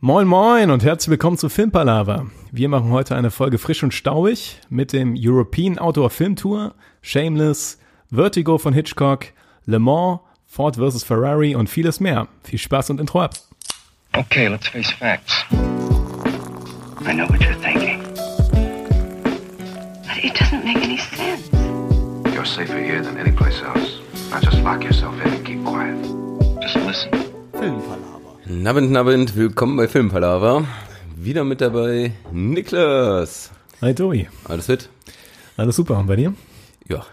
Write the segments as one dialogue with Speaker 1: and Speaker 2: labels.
Speaker 1: Moin Moin und herzlich willkommen zu Filmpalava. Wir machen heute eine Folge frisch und staubig mit dem European Outdoor Film Tour, Shameless, Vertigo von Hitchcock, Le Mans, Ford vs. Ferrari und vieles mehr. Viel Spaß und Intro ab.
Speaker 2: Okay, let's face facts. I know what you're thinking.
Speaker 3: But it doesn't make any sense.
Speaker 4: You're safer here than anyplace else. Now just lock yourself in and keep quiet.
Speaker 2: Just listen.
Speaker 5: Nabend, nabend, willkommen bei Filmpalaver. Wieder mit dabei Niklas.
Speaker 1: Hi Tobi,
Speaker 5: Alles fit?
Speaker 1: alles super und bei dir?
Speaker 5: Ja.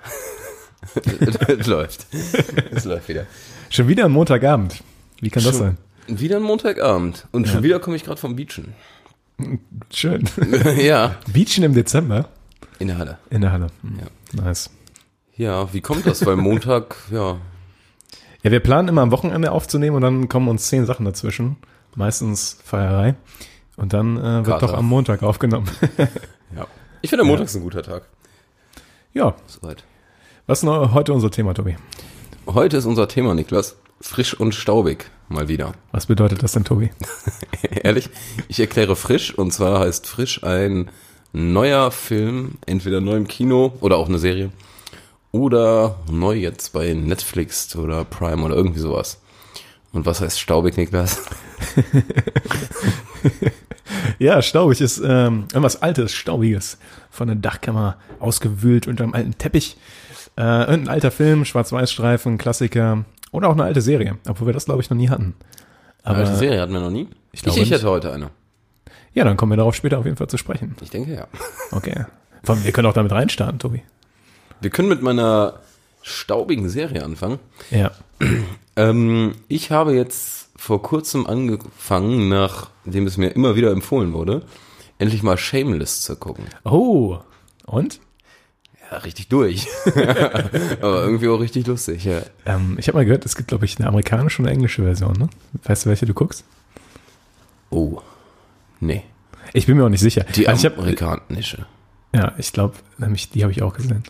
Speaker 5: es läuft. Es läuft wieder.
Speaker 1: Schon wieder am Montagabend. Wie kann das sein?
Speaker 5: Wieder ein Montagabend. Und schon wieder komme ich gerade vom Beachen.
Speaker 1: Schön.
Speaker 5: ja.
Speaker 1: Beachen im Dezember
Speaker 5: In der Halle.
Speaker 1: in der Halle. Nice.
Speaker 5: Ja, wie kommt das? Weil Montag, ja.
Speaker 1: Ja, wir planen immer am Wochenende aufzunehmen und dann kommen uns zehn Sachen dazwischen. Meistens Feierei. Und dann äh, wird
Speaker 5: Kater.
Speaker 1: doch am Montag aufgenommen.
Speaker 5: ja. Ich finde, Montag ist ein guter Tag.
Speaker 1: ja,
Speaker 5: Soweit.
Speaker 1: was ist noch heute unser Thema, Tobi?
Speaker 5: Heute ist unser Thema, Niklas. Frisch und staubig. Mal wieder.
Speaker 1: Was bedeutet das denn, Tobi?
Speaker 5: Ehrlich, ich erkläre frisch und zwar heißt frisch ein neuer Film, entweder neu im Kino oder auch eine Serie oder neu jetzt bei Netflix oder Prime oder irgendwie sowas. Und was heißt staubig, Niklas?
Speaker 1: Ja, staubig ist ähm, irgendwas Altes, Staubiges. Von der Dachkammer ausgewühlt unter einem alten Teppich. Äh, irgendein alter Film, Schwarz-Weiß-Streifen, Klassiker oder auch eine alte Serie, obwohl wir das, glaube ich, noch nie hatten.
Speaker 5: Aber
Speaker 1: Aber
Speaker 5: Alte Serie hatten wir noch nie. Ich,
Speaker 1: glaube
Speaker 5: ich
Speaker 1: nicht.
Speaker 5: hätte heute eine.
Speaker 1: ja, dann kommen wir darauf später auf jeden Fall zu sprechen.
Speaker 5: Ich denke ja.
Speaker 1: Okay. Vor allem, wir können auch damit reinstarten, Tobi.
Speaker 5: Wir können mit meiner staubigen Serie anfangen.
Speaker 1: Ja.
Speaker 5: Ähm, ich habe jetzt vor kurzem angefangen, nachdem es mir immer wieder empfohlen wurde, endlich mal Shameless zu gucken.
Speaker 1: Oh, und?
Speaker 5: Ja, Äh, richtig durch. Aber irgendwie auch richtig lustig, ja.
Speaker 1: Ähm, ich habe mal gehört, es gibt, glaube ich, eine amerikanische und eine englische Version, ne? Weißt du, welche du guckst?
Speaker 5: Oh. Nee.
Speaker 1: Ich bin mir auch nicht sicher.
Speaker 5: Die
Speaker 1: Also ich hab,
Speaker 5: amerikanische.
Speaker 1: ja, ich glaube, nämlich die habe ich auch gesehen.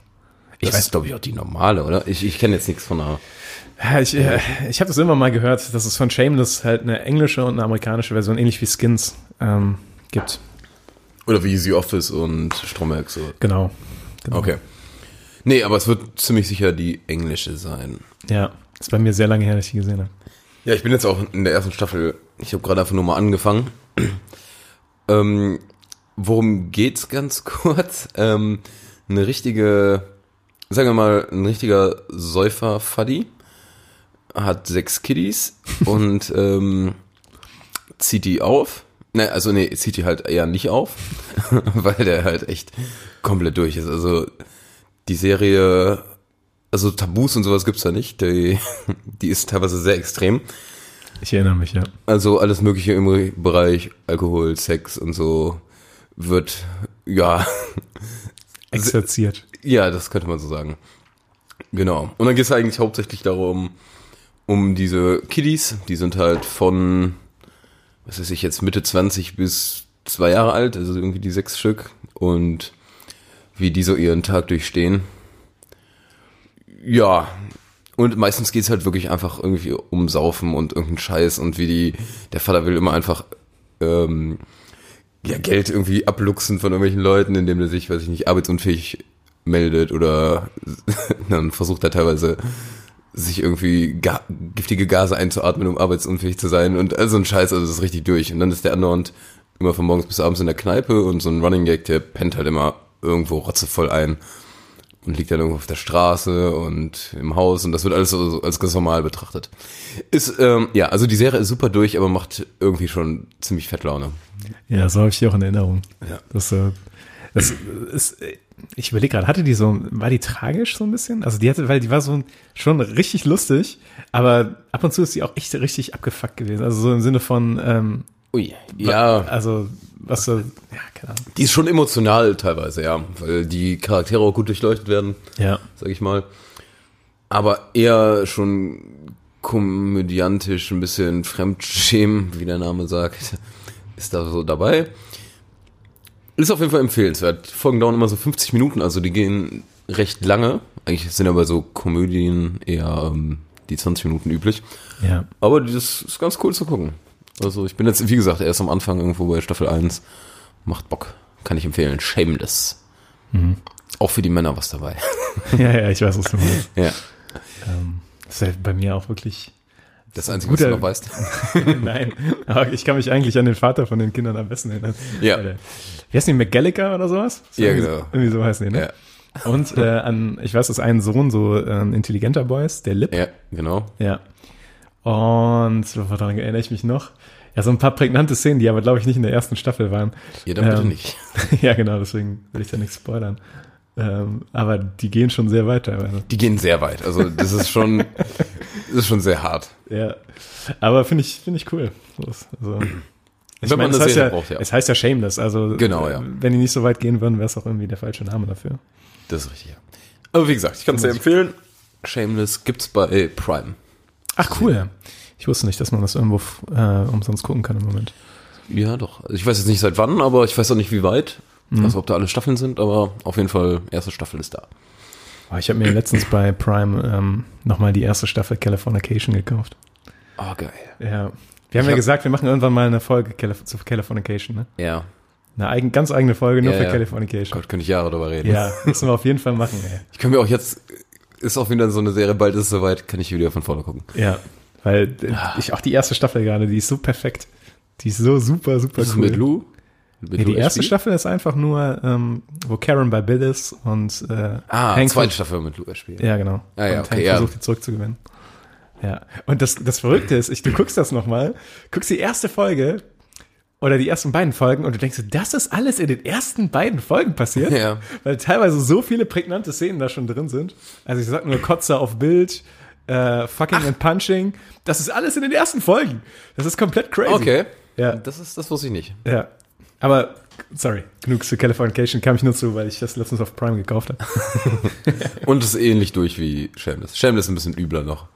Speaker 5: Ich das weiß, glaube ich, auch die normale, oder? Ich, ich kenne jetzt nichts von einer.
Speaker 1: Ja, ich äh, ich habe das immer mal gehört, dass es von Shameless halt eine englische und eine amerikanische Version, ähnlich wie Skins, ähm, gibt.
Speaker 5: Oder wie The Office und Stromberg so.
Speaker 1: Genau. genau.
Speaker 5: Okay. Nee, aber es wird ziemlich sicher die englische sein.
Speaker 1: Ja, ist bei mir sehr lange her, dass ich die gesehen habe.
Speaker 5: Ja, ich bin jetzt auch in der ersten Staffel. Ich habe gerade einfach nur mal angefangen. ähm, worum geht's ganz kurz? Ähm, eine richtige, sagen wir mal, ein richtiger Säufer-Faddy hat sechs Kiddies und ähm, zieht die auf. Ne, also nee, zieht die halt eher nicht auf, weil der halt echt komplett durch ist. Also die Serie, also Tabus und sowas gibt's da nicht. Die, die ist teilweise sehr extrem.
Speaker 1: Ich erinnere mich, ja.
Speaker 5: Also alles Mögliche im Bereich Alkohol, Sex und so wird, ja,
Speaker 1: Exerziert.
Speaker 5: ja, das könnte man so sagen. Genau. Und dann geht es eigentlich hauptsächlich darum, um diese Kiddies, die sind halt von, was weiß ich jetzt, Mitte 20 bis zwei Jahre alt, also irgendwie die sechs Stück. Und wie die so ihren Tag durchstehen. Ja. Und meistens geht's halt wirklich einfach irgendwie um Saufen und irgendeinen Scheiß und wie die, der Vater will immer einfach, ähm, ja, Geld irgendwie abluchsen von irgendwelchen Leuten, indem er sich, weiß ich nicht, arbeitsunfähig meldet oder dann versucht er teilweise sich irgendwie ga giftige Gase einzuatmen, um arbeitsunfähig zu sein und also ein Scheiß, also das ist richtig durch. Und dann ist der andauernd immer von morgens bis abends in der Kneipe und so ein Running Gag, der pennt halt immer irgendwo rotzevoll ein und liegt dann irgendwo auf der Straße und im Haus und das wird alles so als ganz normal betrachtet. Ist, ähm, ja, also die Serie ist super durch, aber macht irgendwie schon ziemlich fett Laune.
Speaker 1: Ja, so habe ich die auch in Erinnerung.
Speaker 5: Ja.
Speaker 1: Das, äh, das ist, äh, ich überlege gerade, hatte die so, war die tragisch so ein bisschen? Also die hatte, weil die war so schon richtig lustig, aber ab und zu ist die auch echt richtig abgefuckt gewesen. Also so im Sinne von, ähm,
Speaker 5: Ui, ja.
Speaker 1: also was so, ja, keine Ahnung.
Speaker 5: Die ist schon emotional teilweise, ja, weil die Charaktere auch gut durchleuchtet werden,
Speaker 1: Ja.
Speaker 5: sag ich mal. Aber eher schon komödiantisch, ein bisschen Fremdschämen, wie der Name sagt, ist da so dabei. Ist auf jeden Fall empfehlenswert. Die Folgen dauern immer so 50 Minuten, also die gehen recht lange. Eigentlich sind aber so Komödien eher ähm, die 20 Minuten üblich.
Speaker 1: Ja.
Speaker 5: Aber das ist ganz cool zu gucken. Also ich bin jetzt, wie gesagt, erst am Anfang irgendwo bei Staffel 1. Macht Bock. Kann ich empfehlen. Shameless. Mhm. Auch für die Männer was dabei.
Speaker 1: Ja, ja, ich weiß, was du meinst. Ähm,
Speaker 5: ja.
Speaker 1: Das ist ja bei mir auch wirklich.
Speaker 5: Das Einzige,
Speaker 1: Guter-
Speaker 5: was du noch weißt.
Speaker 1: Nein, aber ich kann mich eigentlich an den Vater von den Kindern am besten erinnern.
Speaker 5: Ja.
Speaker 1: Weil der- Wie heißt die, McGallagher oder sowas?
Speaker 5: Ja,
Speaker 1: Irgendwie-
Speaker 5: genau.
Speaker 1: Irgendwie so heißen die, ne?
Speaker 5: ja.
Speaker 1: Und äh, an, ich weiß, dass ein Sohn so äh, ein intelligenter Boy ist, der Lip.
Speaker 5: ja, genau.
Speaker 1: Ja. Und daran erinnere ich mich noch. Ja, so ein paar prägnante Szenen, die aber, glaube ich, nicht in der ersten Staffel waren.
Speaker 5: Ja, dann bitte
Speaker 1: Ähm,
Speaker 5: nicht.
Speaker 1: ja, genau, deswegen will ich da nichts spoilern. Ähm, aber die gehen schon sehr weit teilweise.
Speaker 5: Die gehen sehr weit. Also das ist schon, das ist schon sehr hart.
Speaker 1: Ja. Aber finde ich, finde ich cool. Das, also, ich
Speaker 5: Wenn man
Speaker 1: es
Speaker 5: eine
Speaker 1: heißt
Speaker 5: Serie
Speaker 1: ja,
Speaker 5: braucht, ja.
Speaker 1: Es heißt ja Shameless, also
Speaker 5: Genau, ja.
Speaker 1: wenn die nicht so weit gehen würden, wäre es auch irgendwie der falsche Name dafür.
Speaker 5: Das ist richtig. Ja. Aber wie gesagt, ich kann es sehr empfehlen. Shameless gibt's bei äh, Prime.
Speaker 1: Ach, cool. Ich wusste nicht, dass man das irgendwo f- äh, umsonst gucken kann im Moment.
Speaker 5: Ja, doch. Also ich weiß jetzt nicht seit wann, aber ich weiß auch nicht wie weit. Also ob da alle Staffeln sind, aber auf jeden Fall erste Staffel ist da.
Speaker 1: Oh, ich habe mir letztens bei Prime ähm, nochmal die erste Staffel Californication gekauft.
Speaker 5: Oh, geil.
Speaker 1: Ja. Wir haben ja
Speaker 5: hab-
Speaker 1: gesagt, wir machen irgendwann mal eine Folge Calif zu Californication, ne?
Speaker 5: Ja.
Speaker 1: Eine eigen, ganz eigene Folge nur
Speaker 5: Ja,
Speaker 1: für
Speaker 5: ja.
Speaker 1: Californication.
Speaker 5: Gott, könnte ich Jahre darüber reden.
Speaker 1: Ja, müssen wir auf jeden Fall machen, ey.
Speaker 5: Ich kann mir auch jetzt, ist auch wieder so eine Serie, bald ist es soweit, kann ich wieder von vorne gucken.
Speaker 1: Ja. Weil äh,
Speaker 5: Ah.
Speaker 1: ich auch die erste Staffel gerade, die ist so perfekt. Die ist so super, super
Speaker 5: Was ist
Speaker 1: cool.
Speaker 5: mit Lou? Mit
Speaker 1: Nee,
Speaker 5: Lou
Speaker 1: die erste
Speaker 5: Ashby?
Speaker 1: Staffel ist einfach nur, ähm, wo Karen bei Bill ist und äh,
Speaker 5: Ah,
Speaker 1: Hank
Speaker 5: zweite
Speaker 1: vers-
Speaker 5: Staffel mit Lou Ashby.
Speaker 1: Ja, genau.
Speaker 5: Ah, ja,
Speaker 1: und
Speaker 5: okay,
Speaker 1: Hank
Speaker 5: ja.
Speaker 1: versucht, die zurückzugewinnen. Ja. Und das, das Verrückte ist, ich, du guckst das nochmal, guckst die erste Folge oder die ersten beiden Folgen und du denkst, dir, das ist alles in den ersten beiden Folgen passiert,
Speaker 5: Ja.
Speaker 1: weil teilweise so viele prägnante Szenen da schon drin sind. Also ich sag nur Kotzer auf Bild, äh, Fucking and Punching, das ist alles in den ersten Folgen. Das ist komplett crazy.
Speaker 5: Okay.
Speaker 1: Ja.
Speaker 5: Das ist, das wusste ich nicht.
Speaker 1: Ja. Aber, sorry, genug zu Californication kam ich nur zu, weil ich das letztens auf Prime gekauft habe.
Speaker 5: Und es ist ähnlich durch wie Shameless. Shameless ist ein bisschen übler noch.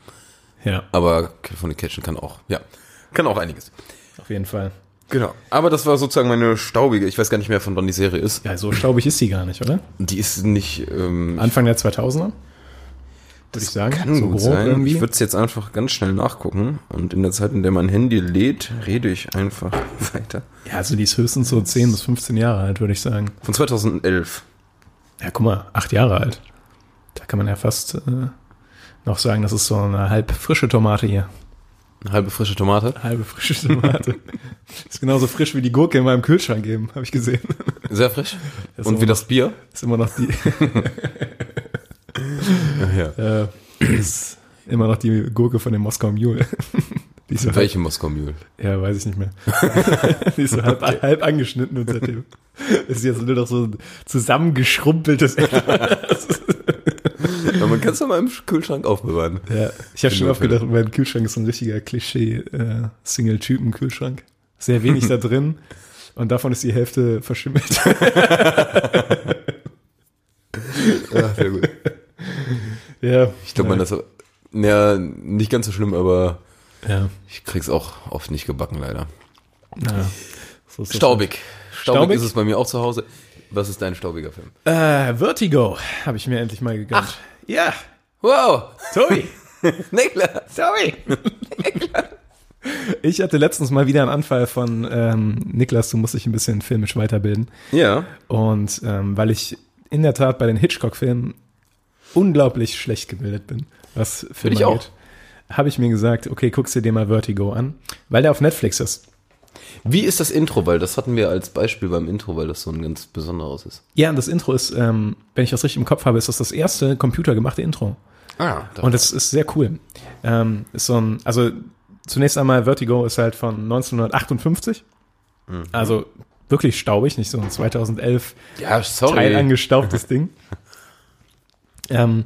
Speaker 1: Ja,
Speaker 5: Aber Californication kann auch, ja, kann auch einiges.
Speaker 1: auf jeden Fall.
Speaker 5: Genau. Aber das war sozusagen meine staubige, ich weiß gar nicht mehr, von wann die Serie ist.
Speaker 1: Ja, so staubig ist sie gar nicht, oder?
Speaker 5: Die ist nicht, ähm,
Speaker 1: Anfang der 2000er? Würde ich sagen.
Speaker 5: kann
Speaker 1: so
Speaker 5: gut
Speaker 1: grob
Speaker 5: sein.
Speaker 1: irgendwie.
Speaker 5: Ich würde es jetzt einfach ganz schnell nachgucken. Und in der Zeit, in der mein Handy lädt, rede ich einfach weiter.
Speaker 1: ja, also die ist höchstens so 10 bis 15 Jahre alt, würde ich sagen.
Speaker 5: Von 2011.
Speaker 1: Ja, guck mal, 8 Jahre alt. Da kann man ja fast äh, noch sagen, das ist so eine halb frische Tomate hier.
Speaker 5: Eine halbe frische Tomate.
Speaker 1: Halbe frische Tomate. ist genauso frisch wie die Gurke in meinem Kühlschrank eben, habe ich gesehen.
Speaker 5: Sehr frisch.
Speaker 1: Ist
Speaker 5: Und
Speaker 1: immer
Speaker 5: wie
Speaker 1: noch-
Speaker 5: das Bier.
Speaker 1: Ist immer noch die,
Speaker 5: Ja.
Speaker 1: äh, ist immer noch die Gurke von dem Moskau Mule. Die ist halt- so halb-
Speaker 5: Welche Moskau Mule?
Speaker 1: Ja, weiß ich nicht mehr. die ist so halb, halb angeschnitten und seitdem ist jetzt nur noch so ein zusammengeschrumpeltes.
Speaker 5: Ja, man kann es doch mal im Kühlschrank aufbewahren.
Speaker 1: ja, ich habe schon
Speaker 5: Genau,
Speaker 1: oft gedacht, mein Kühlschrank ist so ein richtiger Klischee-Single-Typen-Kühlschrank. Sehr wenig da drin und davon ist die Hälfte verschimmelt.
Speaker 5: Ja, sehr gut.
Speaker 1: ja,
Speaker 5: Ich glaube, man das. Ja, nicht ganz so schlimm, aber
Speaker 1: ja,
Speaker 5: ich krieg's auch oft nicht gebacken, leider.
Speaker 1: ja. So ist das.
Speaker 5: Staubig. Staubig.
Speaker 1: Staubig?
Speaker 5: ist es bei mir auch zu Hause. Was ist dein staubiger Film?
Speaker 1: Äh, Vertigo habe ich mir endlich mal gegönnt. Ach, ja,
Speaker 5: Wow!
Speaker 1: Tobi.
Speaker 5: Niklas!
Speaker 1: Sorry. ich hatte letztens mal wieder einen Anfall von ähm, Niklas, du musst dich ein bisschen filmisch weiterbilden.
Speaker 5: Ja.
Speaker 1: Und ähm, weil ich in der Tat bei den Hitchcock-Filmen unglaublich schlecht gebildet bin, was für
Speaker 5: ich
Speaker 1: habe ich mir gesagt, okay, guckst dir den mal Vertigo an, weil der auf Netflix ist.
Speaker 5: Wie ist das Intro? Weil das hatten wir als Beispiel beim Intro, weil das so ein ganz besonderes ist.
Speaker 1: Ja, und das Intro ist, ähm, wenn ich das richtig im Kopf habe, ist das das erste computergemachte Intro.
Speaker 5: Ah,
Speaker 1: Und das ist sehr cool. Ähm, ist so ein, also zunächst einmal Vertigo ist halt von 1958. Also wirklich staubig, nicht so ein 2011
Speaker 5: ja, sorry.
Speaker 1: teilangestaubtes Ding. Ähm,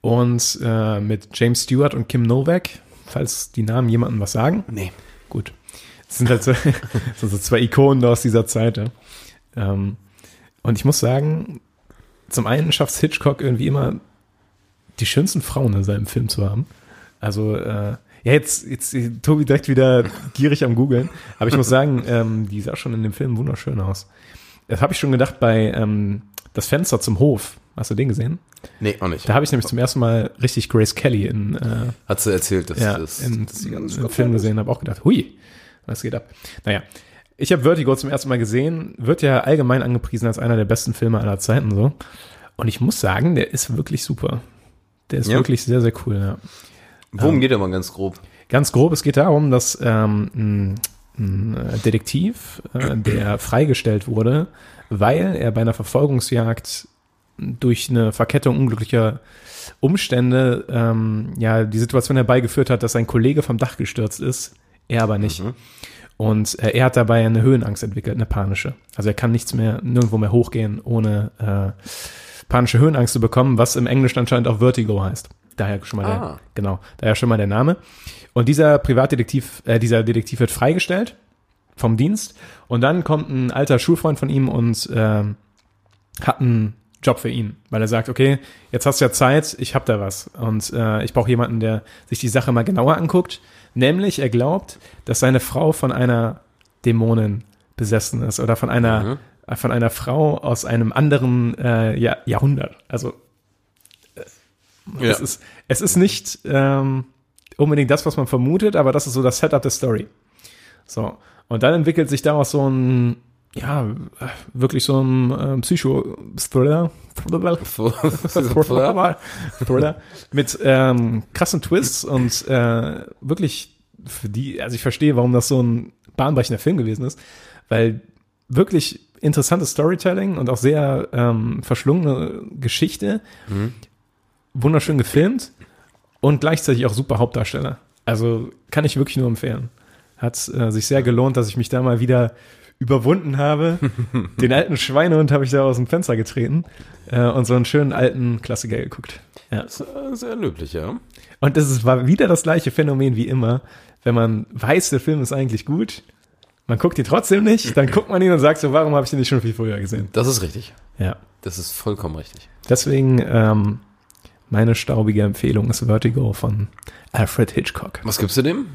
Speaker 1: und äh, mit James Stewart und Kim Novak, falls die Namen jemandem was sagen.
Speaker 5: nee.
Speaker 1: Gut. Das sind halt so, das sind so zwei Ikonen aus dieser Zeit. Ja. Ähm, und ich muss sagen, zum einen schafft Hitchcock irgendwie immer die schönsten Frauen in seinem Film zu haben. Also, äh, ja, jetzt, jetzt äh, Tobi direkt wieder gierig am Googeln. Aber ich muss sagen, ähm, die sah schon in dem Film wunderschön aus. Das habe ich schon gedacht bei ähm, Das Fenster zum Hof. Hast du den gesehen?
Speaker 5: Nee, auch nicht.
Speaker 1: Da habe ich nämlich zum ersten Mal richtig Grace Kelly in, äh,
Speaker 5: Hat sie erzählt, dass
Speaker 1: ja,
Speaker 5: das.
Speaker 1: in, in, Film gesehen habe, auch gedacht, hui, Was geht ab? Naja. Ich habe Vertigo zum ersten Mal gesehen, wird ja allgemein angepriesen als einer der besten Filme aller Zeiten so. Und ich muss sagen, der ist wirklich super. Der ist
Speaker 5: Ja.
Speaker 1: wirklich sehr, sehr cool, ja. Ähm,
Speaker 5: Worum geht er mal ganz grob?
Speaker 1: Ganz grob, es geht darum, dass ähm, ein, ein äh, Detektiv, äh, der freigestellt wurde, weil er bei einer Verfolgungsjagd durch eine Verkettung unglücklicher Umstände ähm, ja die Situation herbeigeführt hat, dass sein Kollege vom Dach gestürzt ist, er aber nicht. Und äh, er hat dabei eine Höhenangst entwickelt, eine panische. Also er kann nichts mehr, nirgendwo mehr hochgehen, ohne äh, panische Höhenangst zu bekommen, was im Englischen anscheinend auch Vertigo heißt. Daher schon mal der,
Speaker 5: Ah.
Speaker 1: genau, daher schon mal der Name. Und dieser Privatdetektiv, äh, dieser Detektiv wird freigestellt vom Dienst. Und dann kommt ein alter Schulfreund von ihm und ähm, hat einen Job für ihn, weil er sagt, okay, jetzt hast du ja Zeit, ich hab da was und äh, ich brauche jemanden, der sich die Sache mal genauer anguckt. Nämlich, er glaubt, dass seine Frau von einer Dämonin besessen ist oder von einer
Speaker 5: Mhm.
Speaker 1: äh, von einer Frau aus einem anderen äh, Jahr, Jahrhundert. Also
Speaker 5: Ja.
Speaker 1: es ist es ist nicht ähm, unbedingt das, was man vermutet, aber das ist so das Setup der Story. So und dann entwickelt sich daraus so ein ja, wirklich so ein ähm, Psycho-Thriller. Thriller. Thriller. Thriller. Mit ähm, krassen Twists und äh, wirklich für die, also ich verstehe, warum das so ein bahnbrechender Film gewesen ist, weil wirklich interessantes Storytelling und auch sehr ähm, verschlungene Geschichte, wunderschön gefilmt und gleichzeitig auch super Hauptdarsteller. Also kann ich wirklich nur empfehlen. Hat äh, sich sehr gelohnt, dass ich mich da mal wieder überwunden habe. Den alten Schweinehund habe ich da aus dem Fenster getreten äh, und so einen schönen alten Klassiker geguckt. Ja.
Speaker 5: Sehr löblich, ja.
Speaker 1: Und das ist, war wieder das gleiche Phänomen wie immer. Wenn man weiß, der Film ist eigentlich gut, man guckt ihn trotzdem nicht, dann guckt man ihn und sagt so, warum habe ich den nicht schon viel früher gesehen?
Speaker 5: Das ist richtig.
Speaker 1: Ja.
Speaker 5: Das ist vollkommen richtig.
Speaker 1: Deswegen ähm, meine staubige Empfehlung ist Vertigo von Alfred Hitchcock.
Speaker 5: Was gibst du dem?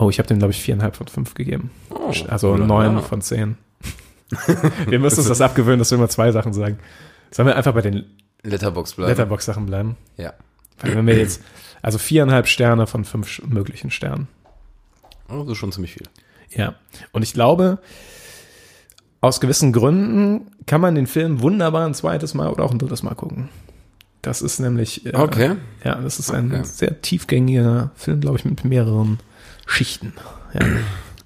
Speaker 1: Oh, ich habe dem, glaube ich, viereinhalb von fünf gegeben. also
Speaker 5: na
Speaker 1: neun
Speaker 5: ja.
Speaker 1: von zehn. wir müssen uns das abgewöhnen, dass wir immer zwei Sachen sagen. Sollen wir einfach bei den
Speaker 5: Letterbox bleiben.
Speaker 1: Letterbox-Sachen bleiben?
Speaker 5: ja.
Speaker 1: Weil wenn wir jetzt, also viereinhalb Sterne von fünf möglichen Sternen.
Speaker 5: Also schon ziemlich viel.
Speaker 1: Ja, und ich glaube, aus gewissen Gründen kann man den Film wunderbar ein zweites Mal oder auch ein drittes Mal gucken. Das ist nämlich, äh,
Speaker 5: Okay.
Speaker 1: ja, das ist ein
Speaker 5: Okay.
Speaker 1: sehr tiefgängiger Film, glaube ich, mit mehreren Schichten. Ja.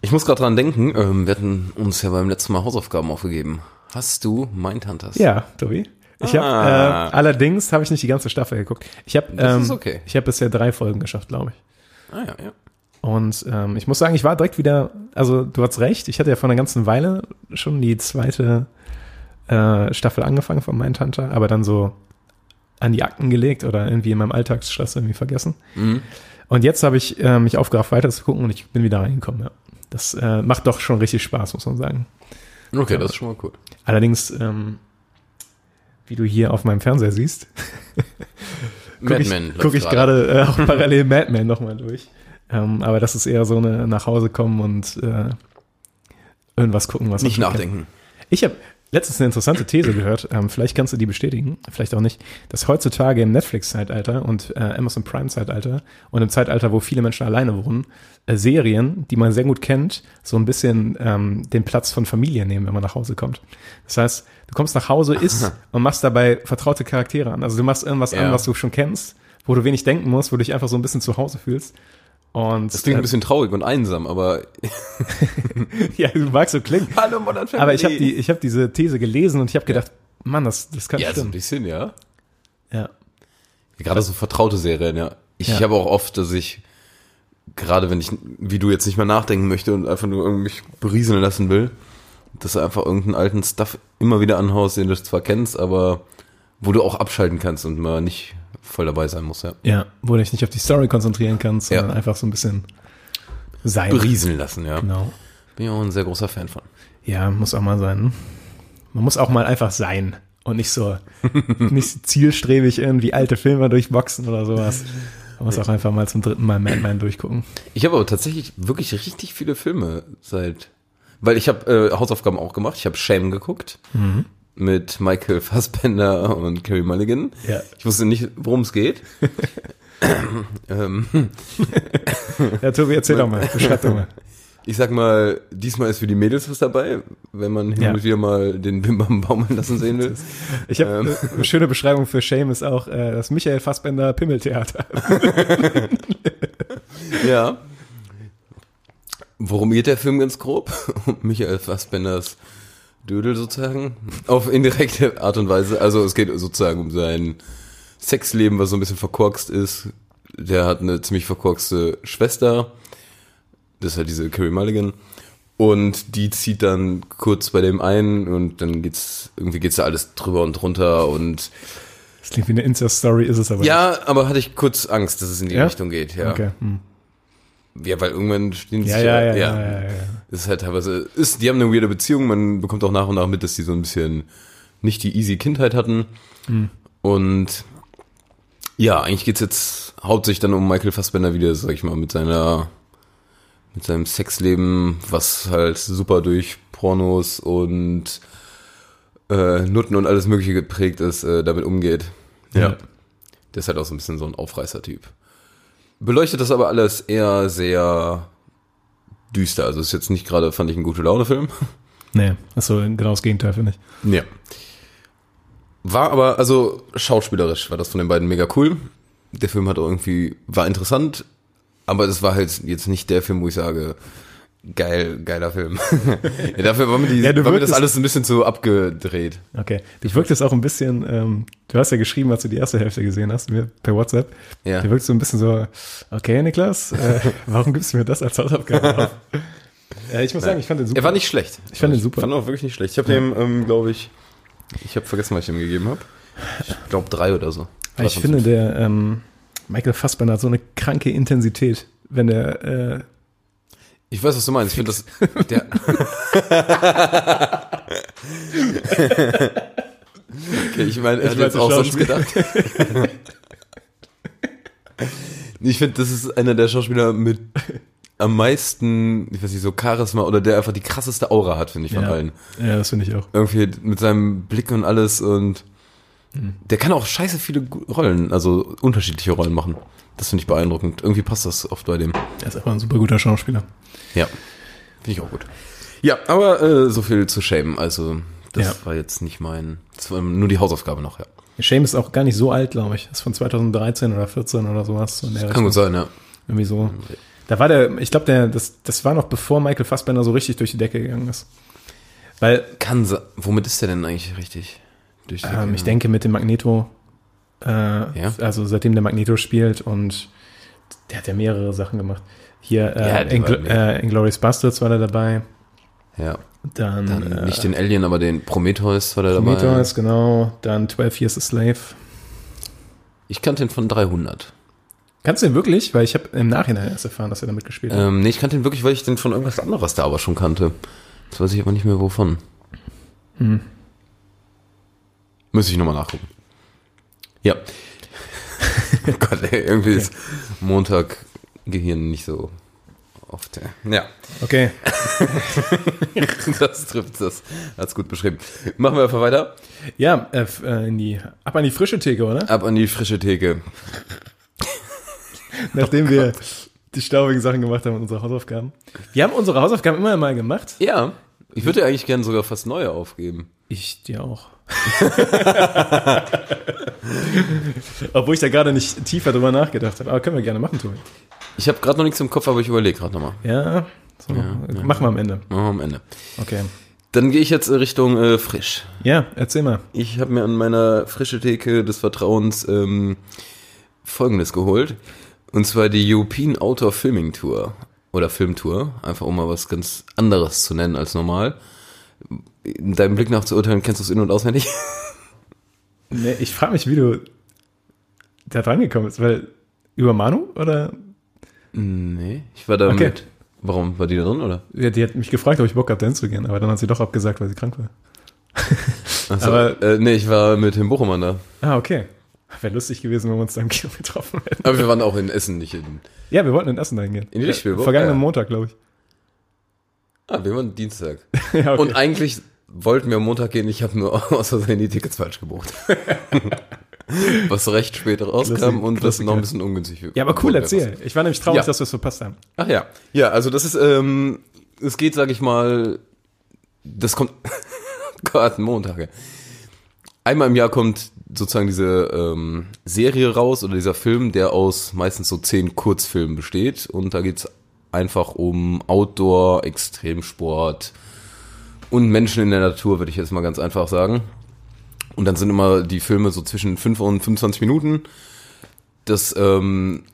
Speaker 5: Ich muss gerade dran denken, ähm, wir hatten uns ja beim letzten Mal Hausaufgaben aufgegeben. Hast du Mindhunters?
Speaker 1: Ja, Tobi. Ich habe
Speaker 5: Ah.
Speaker 1: äh, allerdings habe ich nicht die ganze Staffel geguckt. Ich habe
Speaker 5: Das
Speaker 1: ähm,
Speaker 5: ist okay.
Speaker 1: ich habe bisher drei Folgen geschafft, glaube ich.
Speaker 5: Ah, ja, ja.
Speaker 1: Und ähm, ich muss sagen, ich war direkt wieder, also du hast recht, ich hatte ja vor einer ganzen Weile schon die zweite äh, Staffel angefangen von Mindhunter, aber dann so an die Akten gelegt oder irgendwie in meinem Alltagsstress irgendwie vergessen. Und jetzt habe ich äh, mich aufgerafft, weiter zu gucken und ich bin wieder reingekommen. Ja. Das äh, macht doch schon richtig Spaß, muss man sagen.
Speaker 5: Okay, das ist schon mal cool.
Speaker 1: Allerdings, ähm, wie du hier auf meinem Fernseher siehst, gucke ich,
Speaker 5: läuft
Speaker 1: guck ich gerade äh, auch parallel Mad Men nochmal durch. Ähm, aber das ist eher so eine nach Hause kommen und äh, irgendwas gucken, was man
Speaker 5: Nicht
Speaker 1: schon
Speaker 5: nachdenken.
Speaker 1: kennt. Ich habe letztens eine interessante These gehört, ähm, vielleicht kannst du die bestätigen, vielleicht auch nicht, dass heutzutage im Netflix-Zeitalter und äh, Amazon Prime-Zeitalter und im Zeitalter, wo viele Menschen alleine wohnen, äh, Serien, die man sehr gut kennt, so ein bisschen ähm, den Platz von Familie nehmen, wenn man nach Hause kommt. Das heißt, du kommst nach Hause, isst und machst dabei vertraute Charaktere an. Also du machst irgendwas an,
Speaker 5: Ja.
Speaker 1: was du schon kennst, wo du wenig denken musst, wo du dich einfach so ein bisschen zu Hause fühlst. Und
Speaker 5: Das klingt
Speaker 1: äh,
Speaker 5: ein bisschen traurig und einsam, aber.
Speaker 1: ja, du magst so klingen.
Speaker 5: Hallo, Modern Family.
Speaker 1: Aber ich habe die, ich habe diese These gelesen und ich habe gedacht, Mann, das, das kann
Speaker 5: Ja, also so ein
Speaker 1: stimmen.
Speaker 5: bisschen, ja.
Speaker 1: Ja.
Speaker 5: Gerade so vertraute Serien, ja. Ich
Speaker 1: Ja.
Speaker 5: habe auch oft, dass ich, gerade wenn ich, wie du jetzt nicht mehr nachdenken möchte und einfach nur irgendwie mich berieseln lassen will, dass du einfach irgendeinen alten Stuff immer wieder anhaust, den du zwar kennst, aber wo du auch abschalten kannst und mal nicht voll dabei sein musst, ja.
Speaker 1: Ja, wo du dich nicht auf die Story konzentrieren kannst, sondern
Speaker 5: Ja.
Speaker 1: einfach so ein bisschen sein.
Speaker 5: Berieseln lassen, ja.
Speaker 1: Genau.
Speaker 5: Bin ja auch ein sehr großer Fan von.
Speaker 1: Ja, muss auch mal sein. ne? Man muss auch mal einfach sein und nicht so, nicht zielstrebig irgendwie alte Filme durchboxen oder sowas. Man muss auch einfach mal zum dritten Mal Mad Men durchgucken.
Speaker 5: Ich habe aber tatsächlich wirklich richtig viele Filme seit, weil ich habe äh, Hausaufgaben auch gemacht. Ich habe Shame geguckt
Speaker 1: Mhm.
Speaker 5: mit Michael Fassbender und Carey Mulligan.
Speaker 1: Ja.
Speaker 5: Ich wusste nicht, worum es geht. ähm,
Speaker 1: Ja, Tobi, erzähl doch mal, beschreib doch mal.
Speaker 5: ich sag mal, diesmal ist für die Mädels was dabei, wenn man hin
Speaker 1: Ja.
Speaker 5: und wieder mal den Bim Bam baumeln lassen sehen will.
Speaker 1: Ich habe
Speaker 5: Ähm.
Speaker 1: eine schöne Beschreibung für Shame ist auch äh, das Michael Fassbender Pimmeltheater.
Speaker 5: Ja. Worum geht der Film ganz grob? Um Michael Fassbenders Dödel sozusagen. Auf indirekte Art und Weise. Also es geht sozusagen um sein Sexleben, was so ein bisschen verkorkst ist. Der hat eine ziemlich verkorkste Schwester. Das ist halt diese Carrie Mulligan. Und die zieht dann kurz bei dem ein und dann geht's, irgendwie geht's da alles drüber und drunter und
Speaker 1: Das klingt wie eine Insta-Story, ist es aber
Speaker 5: ja, aber hatte ich kurz Angst, dass es in die
Speaker 1: Ja?
Speaker 5: Richtung geht, ja.
Speaker 1: nicht. Okay. Hm.
Speaker 5: Ja, weil irgendwann stehen sie
Speaker 1: Ja,
Speaker 5: sich-
Speaker 1: ja, ja, ja, ja, ja,
Speaker 5: Das ist halt teilweise, ist, die haben eine weirde Beziehung, man bekommt auch nach und nach mit, dass die so ein bisschen nicht die easy Kindheit hatten. Und ja, eigentlich geht's jetzt hauptsächlich dann um Michael Fassbender wieder, sag ich mal, mit seiner, mit seinem Sexleben, was halt super durch Pornos und äh, Nutten und alles mögliche geprägt ist, äh, damit umgeht.
Speaker 1: Ja.
Speaker 5: Der ist halt auch so ein bisschen so ein Aufreißer-Typ. Beleuchtet das aber alles eher sehr düster. Also ist jetzt nicht gerade, fand ich, ein gute Laune-Film.
Speaker 1: Nee, achso, genau das Gegenteil, finde ich.
Speaker 5: Ja. War aber, also schauspielerisch war das von den beiden mega cool. Der Film hat auch irgendwie, war interessant, aber das war halt jetzt nicht der Film, wo ich sage, geil, geiler Film. ja, dafür war mir, die,
Speaker 1: Ja, du
Speaker 5: war mir das
Speaker 1: wirktest-
Speaker 5: alles ein bisschen zu abgedreht.
Speaker 1: Okay. Dich wirkt es auch ein bisschen, ähm, du hast ja geschrieben, als du die erste Hälfte gesehen hast, mir per WhatsApp.
Speaker 5: Ja.
Speaker 1: Dir wirkt so ein bisschen so, okay, Niklas, äh, warum gibst du mir das als Hausaufgabe auf? Äh, ich muss sagen, ich fand den super.
Speaker 5: Er war nicht schlecht.
Speaker 1: Ich fand den super.
Speaker 5: fand ihn auch wirklich nicht schlecht. Ich habe dem, ähm, glaube ich, ich habe vergessen, was ich ihm gegeben habe. Ich glaube drei oder so.
Speaker 1: Ja, Ich finde, der ähm, Michael Fassbender hat so eine kranke Intensität, wenn er äh,
Speaker 5: Ich weiß, was du meinst. Ich finde das. Der, okay, ich meine, ich
Speaker 1: meinst
Speaker 5: hätte jetzt
Speaker 1: du
Speaker 5: auch sonst
Speaker 1: Schauspieler?
Speaker 5: gedacht. ich finde, das ist einer der Schauspieler mit am meisten, ich weiß nicht, so Charisma oder der einfach die krasseste Aura hat, finde ich, von allen.
Speaker 1: Ja, das finde ich auch.
Speaker 5: Irgendwie mit seinem Blick und alles und
Speaker 1: Hm.
Speaker 5: der kann auch scheiße viele gu- Rollen, also unterschiedliche Rollen machen. Das finde ich beeindruckend. Irgendwie passt das oft bei dem.
Speaker 1: Er ist einfach ein super guter Schauspieler.
Speaker 5: Ja. Finde ich auch gut. Ja, aber äh, so viel zu schämen. Also, das
Speaker 1: Ja.
Speaker 5: war jetzt nicht mein. Das war nur die Hausaufgabe noch, ja.
Speaker 1: Shame ist auch gar nicht so alt, glaube ich. Ist von 2013 oder 14 oder sowas. So in der
Speaker 5: Kann
Speaker 1: Richtung.
Speaker 5: gut sein, ja.
Speaker 1: Irgendwie so.
Speaker 5: Mhm.
Speaker 1: Da war der, ich glaube, der, das, das war noch bevor Michael Fassbender so richtig durch die Decke gegangen ist. Weil,
Speaker 5: Kann sein. Womit ist der denn eigentlich richtig? Durch die
Speaker 1: ähm,
Speaker 5: Decke?
Speaker 1: ich denke, mit dem Magneto, äh, also seitdem der Magneto spielt und der hat ja mehrere Sachen gemacht. Hier,
Speaker 5: Ja,
Speaker 1: äh,
Speaker 5: der war
Speaker 1: Ingl
Speaker 5: mega.
Speaker 1: äh, Inglourious Bastards war da dabei.
Speaker 5: Ja.
Speaker 1: Dann,
Speaker 5: Dann
Speaker 1: äh,
Speaker 5: nicht den Alien, aber den Prometheus war der dabei.
Speaker 1: Prometheus, genau. Dann 12 Years a Slave.
Speaker 5: Ich kannte den von 300.
Speaker 1: Kannst du den wirklich? Weil ich habe im Nachhinein erst erfahren, dass er damit gespielt hat.
Speaker 5: Ähm, nee, ich kannte den wirklich, weil ich den von irgendwas anderes da aber schon kannte. Das weiß ich aber nicht mehr wovon. Hm. Müsste ich nochmal nachgucken. Ja. Oh Gott, ey, irgendwie ist Montag Gehirn nicht so oft. Ja,
Speaker 1: Okay.
Speaker 5: das trifft das. Hat's gut beschrieben. Machen wir einfach weiter.
Speaker 1: Ja, äh, f- äh, in die, ab an die frische Theke, oder?
Speaker 5: Ab an die frische Theke.
Speaker 1: Nachdem wir die staubigen Sachen gemacht haben und unsere Hausaufgaben. Wir haben unsere Hausaufgaben immer mal gemacht.
Speaker 5: Ja. Ich würde ja eigentlich gerne sogar fast neue aufgeben.
Speaker 1: Ich dir auch. Obwohl ich da gerade nicht tiefer drüber nachgedacht habe. Aber können wir gerne machen, Tobi.
Speaker 5: Ich habe gerade noch nichts im Kopf, aber ich überlege gerade nochmal.
Speaker 1: Ja, so, machen wir am Ende.
Speaker 5: Machen wir am Ende.
Speaker 1: Okay.
Speaker 5: Dann gehe ich jetzt äh, Richtung äh, frisch.
Speaker 1: Ja, erzähl mal.
Speaker 5: Ich habe mir an meiner frische Theke des Vertrauens ähm, Folgendes geholt. Und zwar die European Outdoor Filming Tour. Oder Filmtour. Einfach um mal was ganz anderes zu nennen als normal. In deinem Blick nach zu urteilen, kennst du es in- und auswendig?
Speaker 1: Nee, ich frage mich, wie du da dran gekommen bist, weil über Manu oder
Speaker 5: Nee. Ich war da
Speaker 1: Okay.
Speaker 5: mit. Warum? War die da drin, oder?
Speaker 1: ja, die hat mich gefragt, ob ich Bock habe, dahin zu gehen, aber dann hat sie doch abgesagt, weil sie krank war.
Speaker 5: Achso,
Speaker 1: Aber-
Speaker 5: äh, nee, ich war mit dem Bochumann da.
Speaker 1: Ah, okay. Wäre lustig gewesen, wenn wir uns da im Kino getroffen hätten.
Speaker 5: Aber wir waren auch in Essen, nicht in...
Speaker 1: Ja, wir wollten in Essen dahin gehen.
Speaker 5: In die Lichtspielburg?
Speaker 1: Vergangenen
Speaker 5: Ja.
Speaker 1: Montag, glaube ich.
Speaker 5: Ah, wir waren Dienstag.
Speaker 1: Ja, okay.
Speaker 5: Und eigentlich wollten wir am Montag gehen, ich habe nur aus Versehen die Tickets falsch gebucht. Was recht spät rauskam
Speaker 1: Klassik-
Speaker 5: und das
Speaker 1: Klassiker.
Speaker 5: noch ein bisschen ungünstig
Speaker 1: ja, aber cool,
Speaker 5: wurde.
Speaker 1: erzähl. Ich war nämlich traurig,
Speaker 5: Ja.
Speaker 1: dass wir es verpasst haben.
Speaker 5: Ach ja. Ja, also das ist ähm, es geht, sag ich mal, das kommt, oh Gott, Montage. Einmal im Jahr kommt sozusagen diese ähm, Serie raus oder dieser Film, der aus meistens so zehn Kurzfilmen besteht. Und da geht's einfach um Outdoor, Extremsport und Menschen in der Natur, würde ich jetzt mal ganz einfach sagen. Und dann sind immer die Filme so zwischen 5 und 25 Minuten. Das ähm,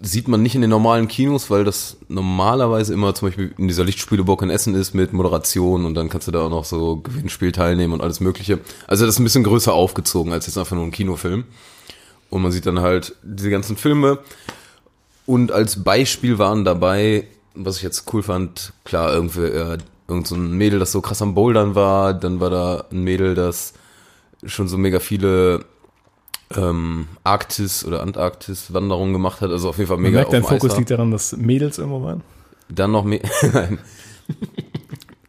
Speaker 5: sieht man nicht in den normalen Kinos, weil das normalerweise immer zum Beispiel in dieser Lichtspieleburg in Essen ist mit Moderation und dann kannst du da auch noch so Gewinnspiel teilnehmen und alles Mögliche. Also das ist ein bisschen größer aufgezogen als jetzt einfach nur ein Kinofilm. Und man sieht dann halt diese ganzen Filme. Und als Beispiel waren dabei, was ich jetzt cool fand, klar, irgendwie, äh, irgend so ein Mädel, das so krass am Bouldern war, dann war da ein Mädel, das schon so mega viele ähm, Arktis- oder Antarktis-Wanderungen gemacht hat, also auf jeden Fall
Speaker 1: Man
Speaker 5: mega
Speaker 1: merkt, dein
Speaker 5: auf dem Eis
Speaker 1: Fokus
Speaker 5: war.
Speaker 1: liegt daran, dass Mädels irgendwo waren.
Speaker 5: Dann noch mehr. Nein.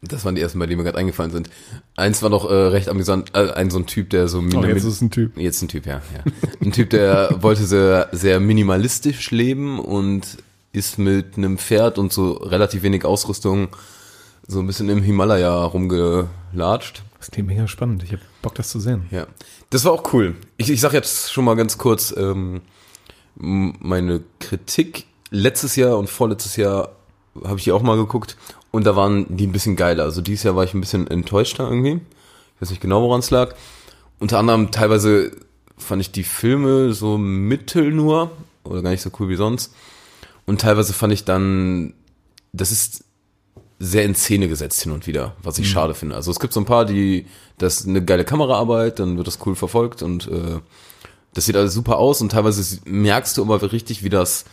Speaker 5: Das waren die ersten, bei denen mir gerade eingefallen sind. Eins war noch äh, recht amüsant, äh, ein so ein Typ, der so
Speaker 1: Oh,
Speaker 5: minim-
Speaker 1: jetzt ist es ein Typ.
Speaker 5: Jetzt ein Typ, ja. ja. Ein Typ, der wollte sehr, sehr minimalistisch leben und ist mit einem Pferd und so relativ wenig Ausrüstung so ein bisschen im Himalaya rumgelatscht.
Speaker 1: Das klingt mega spannend. Ich habe Bock, das zu sehen.
Speaker 5: Ja, das war auch cool. Ich, ich sag jetzt schon mal ganz kurz ähm, m- meine Kritik. Letztes Jahr und vorletztes Jahr habe ich die auch mal geguckt und da waren die ein bisschen geiler. Also dieses Jahr war ich ein bisschen enttäuschter irgendwie. Ich weiß nicht genau, woran es lag. Unter anderem teilweise fand ich die Filme so mittel nur oder gar nicht so cool wie sonst. Und teilweise fand ich dann, das ist sehr in Szene gesetzt hin und wieder, was ich schade finde. Also es gibt so ein paar, die, das ist eine geile Kameraarbeit, dann wird das cool verfolgt und äh, das sieht alles super aus und teilweise sie- merkst du aber richtig, wie das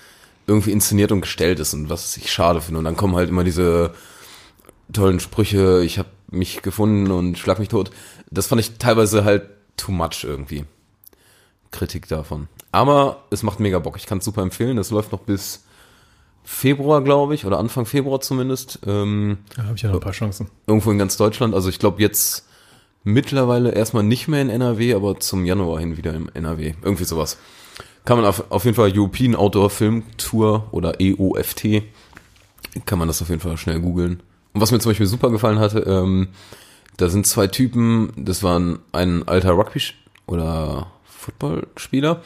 Speaker 5: irgendwie inszeniert und gestellt ist und was ich schade finde. Und dann kommen halt immer diese tollen Sprüche, ich habe mich gefunden und schlag mich tot. Das fand ich teilweise halt too much irgendwie. Kritik davon. Aber es macht mega Bock. Ich kann es super empfehlen. Das läuft noch bis Februar, glaube ich, oder Anfang Februar zumindest. Ähm,
Speaker 1: Da habe ich ja noch ein paar Chancen.
Speaker 5: irgendwo in ganz Deutschland. Also ich glaube jetzt mittlerweile erstmal nicht mehr in NRW, aber zum Januar hin wieder im NRW. Irgendwie sowas. Kann man auf, auf jeden Fall European Outdoor Film Tour oder E EOFT, kann man das auf jeden Fall schnell googeln. Und was mir zum Beispiel super gefallen hatte, ähm, da sind zwei Typen, das waren ein alter Rugby- oder Footballspieler,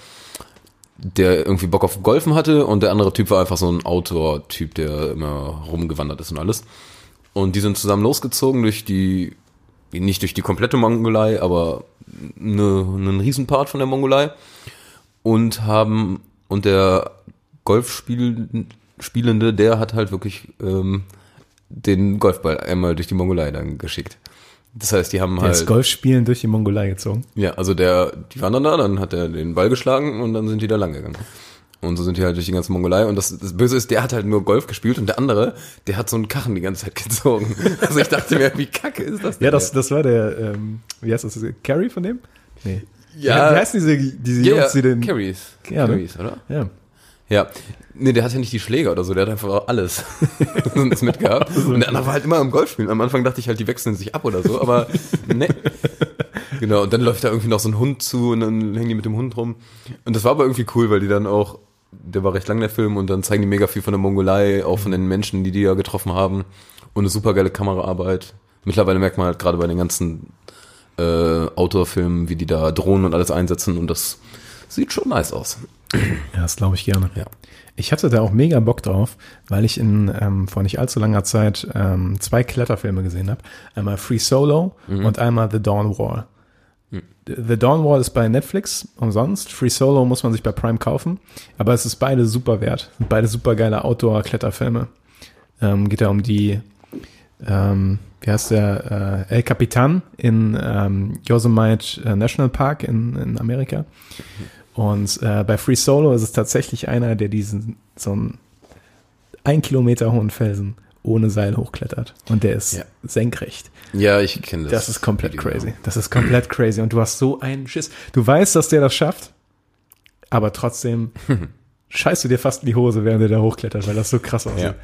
Speaker 5: der irgendwie Bock auf Golfen hatte und der andere Typ war einfach so ein Outdoor-Typ, der immer rumgewandert ist und alles. Und die sind zusammen losgezogen durch die, nicht durch die komplette Mongolei, aber eine, einen Riesenpart von der Mongolei und haben, und der Golfspielende, der hat halt wirklich ähm, den Golfball einmal durch die Mongolei dann geschickt. Das heißt, die haben
Speaker 1: Der
Speaker 5: halt.
Speaker 1: ist Golfspielen durch die Mongolei gezogen.
Speaker 5: Ja, also der, die waren dann da, dann hat er den Ball geschlagen und dann sind die da lang gegangen. Und so sind die halt durch die ganze Mongolei. Und das, das Böse ist, der hat halt nur Golf gespielt und der andere, der hat so einen Karren die ganze Zeit gezogen. Also ich dachte mir, wie kacke ist das denn?
Speaker 1: Ja, das, das war der, ähm, wie heißt das, Carrie von dem? Nee.
Speaker 5: Ja.
Speaker 1: Wie heißen diese, diese
Speaker 5: ja,
Speaker 1: Jungs, die den...
Speaker 5: Carries.
Speaker 1: Ja, ne?
Speaker 5: Carries, oder?
Speaker 1: Ja.
Speaker 5: Ja. Nee, der hat ja nicht die Schläger oder so, der hat einfach alles sonst mitgehabt. Und der andere war halt immer am Golf spielen. Am Anfang dachte ich halt, die wechseln sich ab oder so, aber nee. Genau, und dann läuft da irgendwie noch so ein Hund zu und dann hängen die mit dem Hund rum. Und das war aber irgendwie cool, weil die dann auch, der war recht lang der Film, und dann zeigen die mega viel von der Mongolei, auch von den Menschen, die die da getroffen haben. Und eine super geile Kameraarbeit. Mittlerweile merkt man halt gerade bei den ganzen äh, Outdoor-Filmen, wie die da Drohnen und alles einsetzen und das sieht schon nice aus.
Speaker 1: Ja, das glaube ich gerne.
Speaker 5: Ja.
Speaker 1: Ich hatte da auch mega Bock drauf, weil ich in ähm, vor nicht allzu langer Zeit ähm, zwei Kletterfilme gesehen habe. Einmal Free Solo und einmal The Dawn Wall. The Dawn Wall ist bei Netflix umsonst. Free Solo muss man sich bei Prime kaufen. Aber es ist beide super wert. Sind beide super geile Outdoor-Kletterfilme. Ähm, geht da um die, ähm, wie heißt der, äh, El Capitan in ähm, Yosemite äh, National Park in, in Amerika. Und äh, bei Free Solo ist es tatsächlich einer, der diesen so einen ein Kilometer hohen Felsen ohne Seil hochklettert. Und der ist
Speaker 5: Ja.
Speaker 1: senkrecht.
Speaker 5: Ja, ich kenne das.
Speaker 1: Das ist komplett
Speaker 5: Video.
Speaker 1: crazy. Das ist komplett crazy. Und du hast so einen Schiss. Du weißt, dass der das schafft, aber trotzdem scheißt du dir fast in die Hose, während er da hochklettert, weil das so krass aussieht.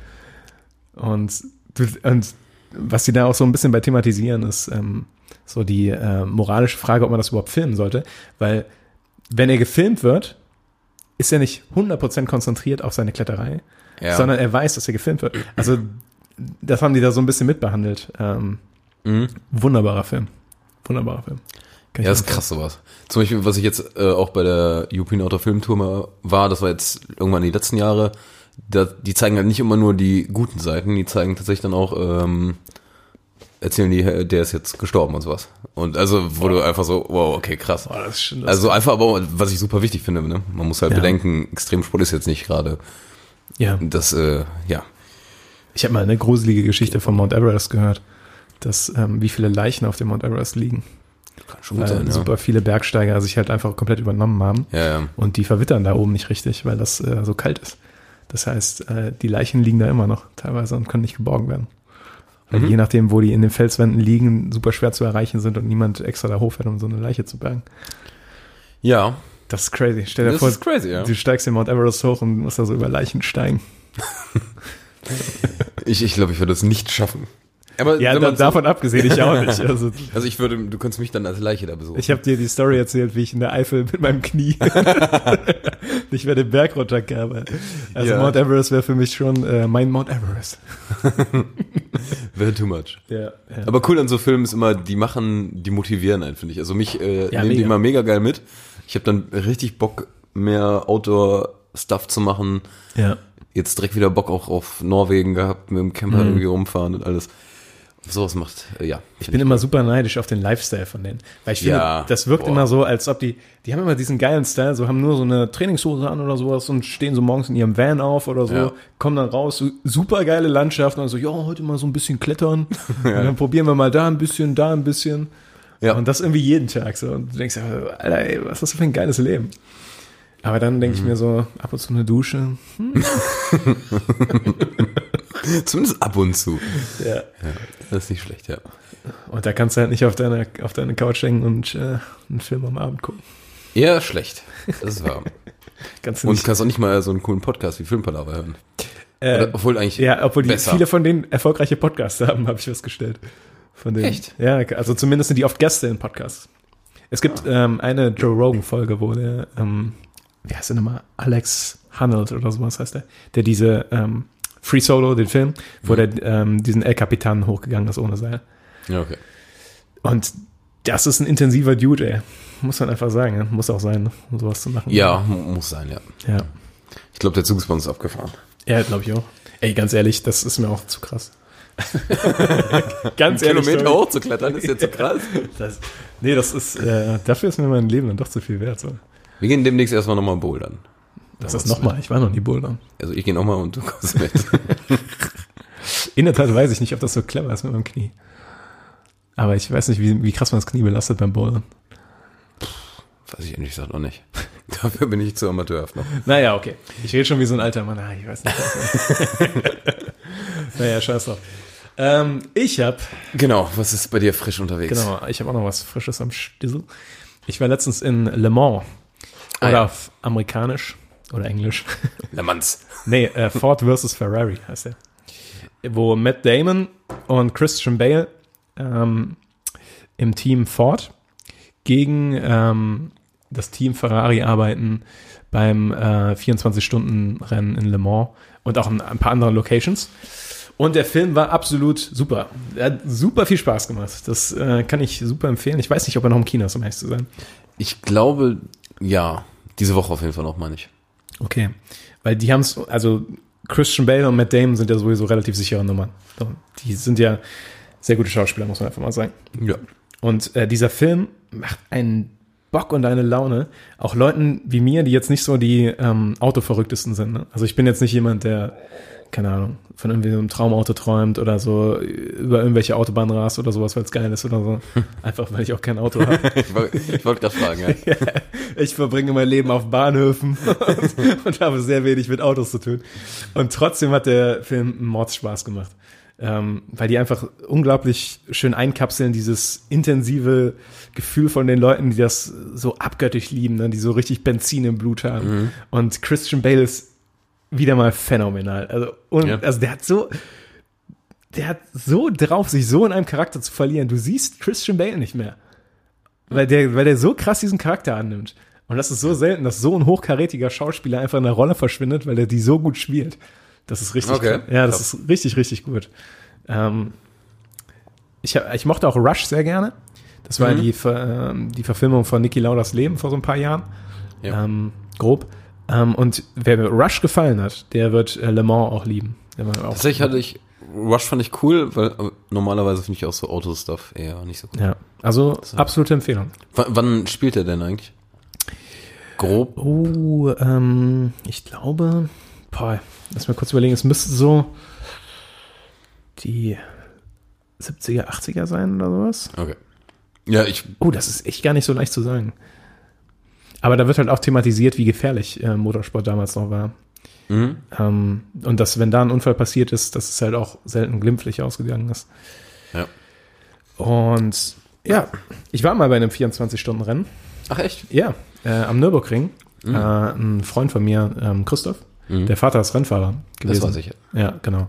Speaker 1: Und, du, und was die da auch so ein bisschen bei thematisieren, ist ähm, so die äh, moralische Frage, ob man das überhaupt filmen sollte. Weil wenn er gefilmt wird, ist er nicht 100% konzentriert auf seine Kletterei,
Speaker 5: Ja.
Speaker 1: sondern er weiß, dass er gefilmt wird. Also das haben die da so ein bisschen mitbehandelt. Ähm, Wunderbarer Film. Wunderbarer Film. Kann ich
Speaker 5: Mhm. Ja, das ist
Speaker 1: empfehlen.
Speaker 5: krass sowas. Zum Beispiel, was ich jetzt äh, auch bei der European Outdoor Film Tour mal war, das war jetzt irgendwann die letzten Jahre, da, die zeigen halt nicht immer nur die guten Seiten, die zeigen tatsächlich dann auch, ähm, erzählen die, äh, der ist jetzt gestorben und sowas. Und also, wo du einfach so, wow, okay, krass.
Speaker 1: Boah, Ah, das ist schon- das-
Speaker 5: Also einfach, aber was ich super wichtig finde, ne? man muss halt
Speaker 1: Ja.
Speaker 5: bedenken, Extremsport ist jetzt nicht gerade
Speaker 1: ja.
Speaker 5: das, äh, ja.
Speaker 1: Ich habe mal eine gruselige Geschichte von Mount Everest gehört, dass ähm, wie viele Leichen auf dem Mount Everest liegen.
Speaker 5: Kann schon
Speaker 1: Weil super viele Bergsteiger sich halt einfach komplett übernommen haben.
Speaker 5: Ja, ja.
Speaker 1: Und die verwittern da oben nicht richtig, weil das äh, so kalt ist. Das heißt, äh, die Leichen liegen da immer noch teilweise und können nicht geborgen werden. Weil
Speaker 5: Mhm.
Speaker 1: die, je nachdem, wo die in den Felswänden liegen, super schwer zu erreichen sind und niemand extra da hochfährt, um so eine Leiche zu bergen.
Speaker 5: Ja,
Speaker 1: Das ist crazy. Stell dir
Speaker 5: Das
Speaker 1: vor,
Speaker 5: ist crazy, ja.
Speaker 1: du steigst den Mount Everest hoch und musst da so über Leichen steigen.
Speaker 5: ich, ich glaube, ich würde es nicht schaffen. Aber
Speaker 1: Ja,
Speaker 5: wenn
Speaker 1: da,
Speaker 5: man's-
Speaker 1: davon abgesehen, ich auch nicht. Also,
Speaker 5: Also ich würde, du könntest mich dann als Leiche da besuchen.
Speaker 1: ich habe dir die Story erzählt, wie ich in der Eifel mit meinem Knie nicht mehr den Berg runterkam. Also
Speaker 5: Ja.
Speaker 1: Mount Everest wäre für mich schon äh, mein Mount Everest.
Speaker 5: Wäre too much.
Speaker 1: Ja, ja.
Speaker 5: Aber cool an so Filmen ist immer, die machen, die motivieren einen, finde ich. Also mich äh,
Speaker 1: Ja,
Speaker 5: nehmen die
Speaker 1: mega.
Speaker 5: immer mega geil mit. Ich habe dann richtig Bock, mehr Outdoor-Stuff zu machen.
Speaker 1: ja.
Speaker 5: Jetzt direkt wieder Bock auch auf Norwegen gehabt, mit dem Camper
Speaker 1: Mhm.
Speaker 5: irgendwie rumfahren und alles. Sowas macht, äh, ja.
Speaker 1: Ich bin immer super neidisch auf den Lifestyle von denen. Weil ich finde,
Speaker 5: Ja,
Speaker 1: das wirkt
Speaker 5: boah.
Speaker 1: immer so, als ob die, die haben immer diesen geilen Style, so haben nur so eine Trainingshose an oder sowas und stehen so morgens in ihrem Van auf oder so,
Speaker 5: Ja.
Speaker 1: kommen dann raus, so super geile Landschaften und so, ja, heute mal so ein bisschen klettern und dann probieren wir mal da ein bisschen, da ein bisschen.
Speaker 5: Ja.
Speaker 1: Und das irgendwie jeden Tag so. Und du denkst, einfach so, Alter, ey, was hast du für ein geiles Leben? Aber dann denke
Speaker 5: Mhm.
Speaker 1: ich mir so, ab und zu eine Dusche.
Speaker 5: Zumindest ab und zu.
Speaker 1: Ja.
Speaker 5: Das ist nicht schlecht, ja.
Speaker 1: Und da kannst du halt nicht auf deine, auf deine Couch hängen und äh, einen Film am Abend gucken.
Speaker 5: Eher schlecht. Das ist wahr.
Speaker 1: Kannst du
Speaker 5: und
Speaker 1: nicht Ähm,
Speaker 5: kannst auch nicht mal so einen coolen Podcast wie Filmpalaver hören. Oder, obwohl eigentlich
Speaker 1: Äh, Ja, obwohl die
Speaker 5: besser.
Speaker 1: viele von denen erfolgreiche Podcasts haben, habe ich festgestellt. Von denen.
Speaker 5: Echt?
Speaker 1: Ja, also zumindest sind die oft Gäste in Podcasts. Es gibt ähm, eine Joe Rogan-Folge, wo der, ähm, wie heißt der nochmal? Alex Hunnelt oder sowas heißt der, der diese ähm, Free Solo, den Film, wo
Speaker 5: Mhm.
Speaker 1: der ähm, diesen El Capitan hochgegangen ist ohne Seil.
Speaker 5: ja, okay.
Speaker 1: Und das ist ein intensiver Dude, ey. Muss man einfach sagen, ne? muss auch sein, ne? um sowas zu machen.
Speaker 5: Ja, mu- muss sein, ja.
Speaker 1: Ja,
Speaker 5: Ich glaube, der Zug ist bei uns abgefahren.
Speaker 1: ja glaube ich auch. Ey, ganz ehrlich, das ist mir auch zu krass. ganz
Speaker 5: Kilometer
Speaker 1: sorry.
Speaker 5: hoch zu klettern ist jetzt so krass.
Speaker 1: Das, nee, das ist, äh, dafür ist mir mein Leben dann doch zu viel wert. So.
Speaker 5: Wir gehen demnächst erstmal nochmal bouldern.
Speaker 1: Das ist nochmal, ich war noch nie bouldern.
Speaker 5: Also ich gehe nochmal und du kommst mit.
Speaker 1: In der Tat weiß ich nicht, ob das so clever ist mit meinem Knie. Aber ich weiß nicht, wie, wie krass man das Knie belastet beim Bouldern.
Speaker 5: Weiß ich ehrlich gesagt auch nicht. Dafür bin ich zu amateurhaft noch.
Speaker 1: Naja, okay. Ich rede schon wie so ein alter Mann. Ah, ich weiß nicht. naja, scheiß drauf. Ähm, ich habe
Speaker 5: Genau, was ist bei dir frisch unterwegs?
Speaker 1: Genau, ich habe auch noch was Frisches am Stissel. Ich war letztens in Le Mans.
Speaker 5: Ah,
Speaker 1: Oder
Speaker 5: ja.
Speaker 1: auf amerikanisch oder englisch.
Speaker 5: Le Mans.
Speaker 1: Nee, äh, Ford vs. Ferrari heißt er. Wo Matt Damon und Christian Bale ähm, im Team Ford gegen ähm, das Team Ferrari arbeiten beim äh, 24-Stunden-Rennen in Le Mans und auch in ein paar anderen Locations. Und der Film war absolut super. Er hat super viel Spaß gemacht. Das äh, kann ich super empfehlen. Ich weiß nicht, ob er noch im Kino ist, um ehrlich zu sein.
Speaker 5: Ich glaube, ja, diese Woche auf jeden Fall noch, meine ich.
Speaker 1: Okay. Weil die haben es, also Christian Bale und Matt Damon sind ja sowieso relativ sichere Nummern. So, Die sind ja sehr gute Schauspieler, muss man einfach mal sagen.
Speaker 5: Ja.
Speaker 1: Und äh, dieser Film macht einen Bock und eine Laune. Auch Leuten wie mir, die jetzt nicht so die ähm, Autoverrücktesten sind. Ne? Also ich bin jetzt nicht jemand, der, keine Ahnung, von irgendwie so einem Traumauto träumt oder so äh, über irgendwelche Autobahnen rast oder sowas, weil es geil ist oder so. Einfach, weil ich auch kein Auto habe.
Speaker 5: Ich, woll- ich wollte gerade fragen, ja.
Speaker 1: Ich verbringe mein Leben auf Bahnhöfen und habe sehr wenig mit Autos zu tun. Und trotzdem hat der Film Mordspaß gemacht. Ähm, weil die einfach unglaublich schön einkapseln, dieses intensive Gefühl von den Leuten, die das so abgöttisch lieben, ne? die so richtig Benzin im Blut haben. Und Christian Bale ist wieder mal phänomenal. Also, un-
Speaker 5: Ja.
Speaker 1: also der hat so, der hat so drauf, sich so in einem Charakter zu verlieren. Du siehst Christian Bale nicht mehr. Weil der, weil der so krass diesen Charakter annimmt. Und das ist so selten, dass so ein hochkarätiger Schauspieler einfach in der Rolle verschwindet, weil er die so gut spielt. Das ist richtig.
Speaker 5: Okay.
Speaker 1: Ja, das ist richtig, richtig gut. Ähm, ich, hab- ich mochte auch Rush sehr gerne. Das war
Speaker 5: Mhm.
Speaker 1: die, Ver, ähm, die Verfilmung von Niki Lauders Leben vor so ein paar Jahren.
Speaker 5: Ja.
Speaker 1: Ähm, grob. Ähm, und wer mir Rush gefallen hat, der wird äh, Le Mans auch lieben. Der war auch,
Speaker 5: Tatsächlich hatte ich, Rush fand ich cool, weil äh, normalerweise finde ich auch so Auto-Stuff eher nicht so cool.
Speaker 1: ja, also absolute Empfehlung.
Speaker 5: W wann spielt er denn eigentlich? Grob.
Speaker 1: Oh, ähm, ich glaube, boah, lass mal kurz überlegen, es müsste so die 70er, 80er sein oder sowas.
Speaker 5: Okay. Ja, ich,
Speaker 1: Oh, das ist echt gar nicht so leicht zu sagen. Aber da wird halt auch thematisiert, wie gefährlich äh, Motorsport damals noch war. Ähm, und dass, wenn da ein Unfall passiert ist, dass es halt auch selten glimpflich ausgegangen ist.
Speaker 5: ja.
Speaker 1: Und ja, ich war mal bei einem 24-Stunden-Rennen.
Speaker 5: Ach echt?
Speaker 1: Ja, äh, am Nürburgring. Äh, ein Freund von mir, ähm, Christoph, der Vater ist Rennfahrer gewesen.
Speaker 5: weiß ich.
Speaker 1: Ja, genau.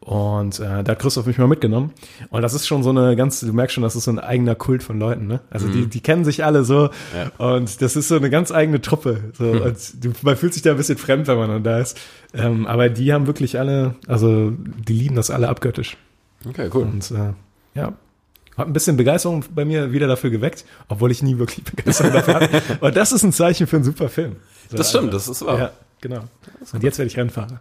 Speaker 1: Und äh, da hat Christoph mich mal mitgenommen. Und das ist schon so eine ganz, du merkst schon, das ist so ein eigener Kult von Leuten, ne? Also die, die kennen sich alle so und das ist so eine ganz eigene Truppe. So. Und du, man fühlt sich da ein bisschen fremd, wenn man dann da ist. Ähm, aber die haben wirklich alle, also die lieben das alle abgöttisch.
Speaker 5: Okay, cool.
Speaker 1: Und äh, ja, hat ein bisschen Begeisterung bei mir wieder dafür geweckt, obwohl ich nie wirklich Begeisterung dafür hatte. Aber das ist ein Zeichen für einen super Film. So,
Speaker 5: Das stimmt,
Speaker 1: also,
Speaker 5: das ist wahr.
Speaker 1: Ja, genau. Und jetzt werde ich Rennfahrer.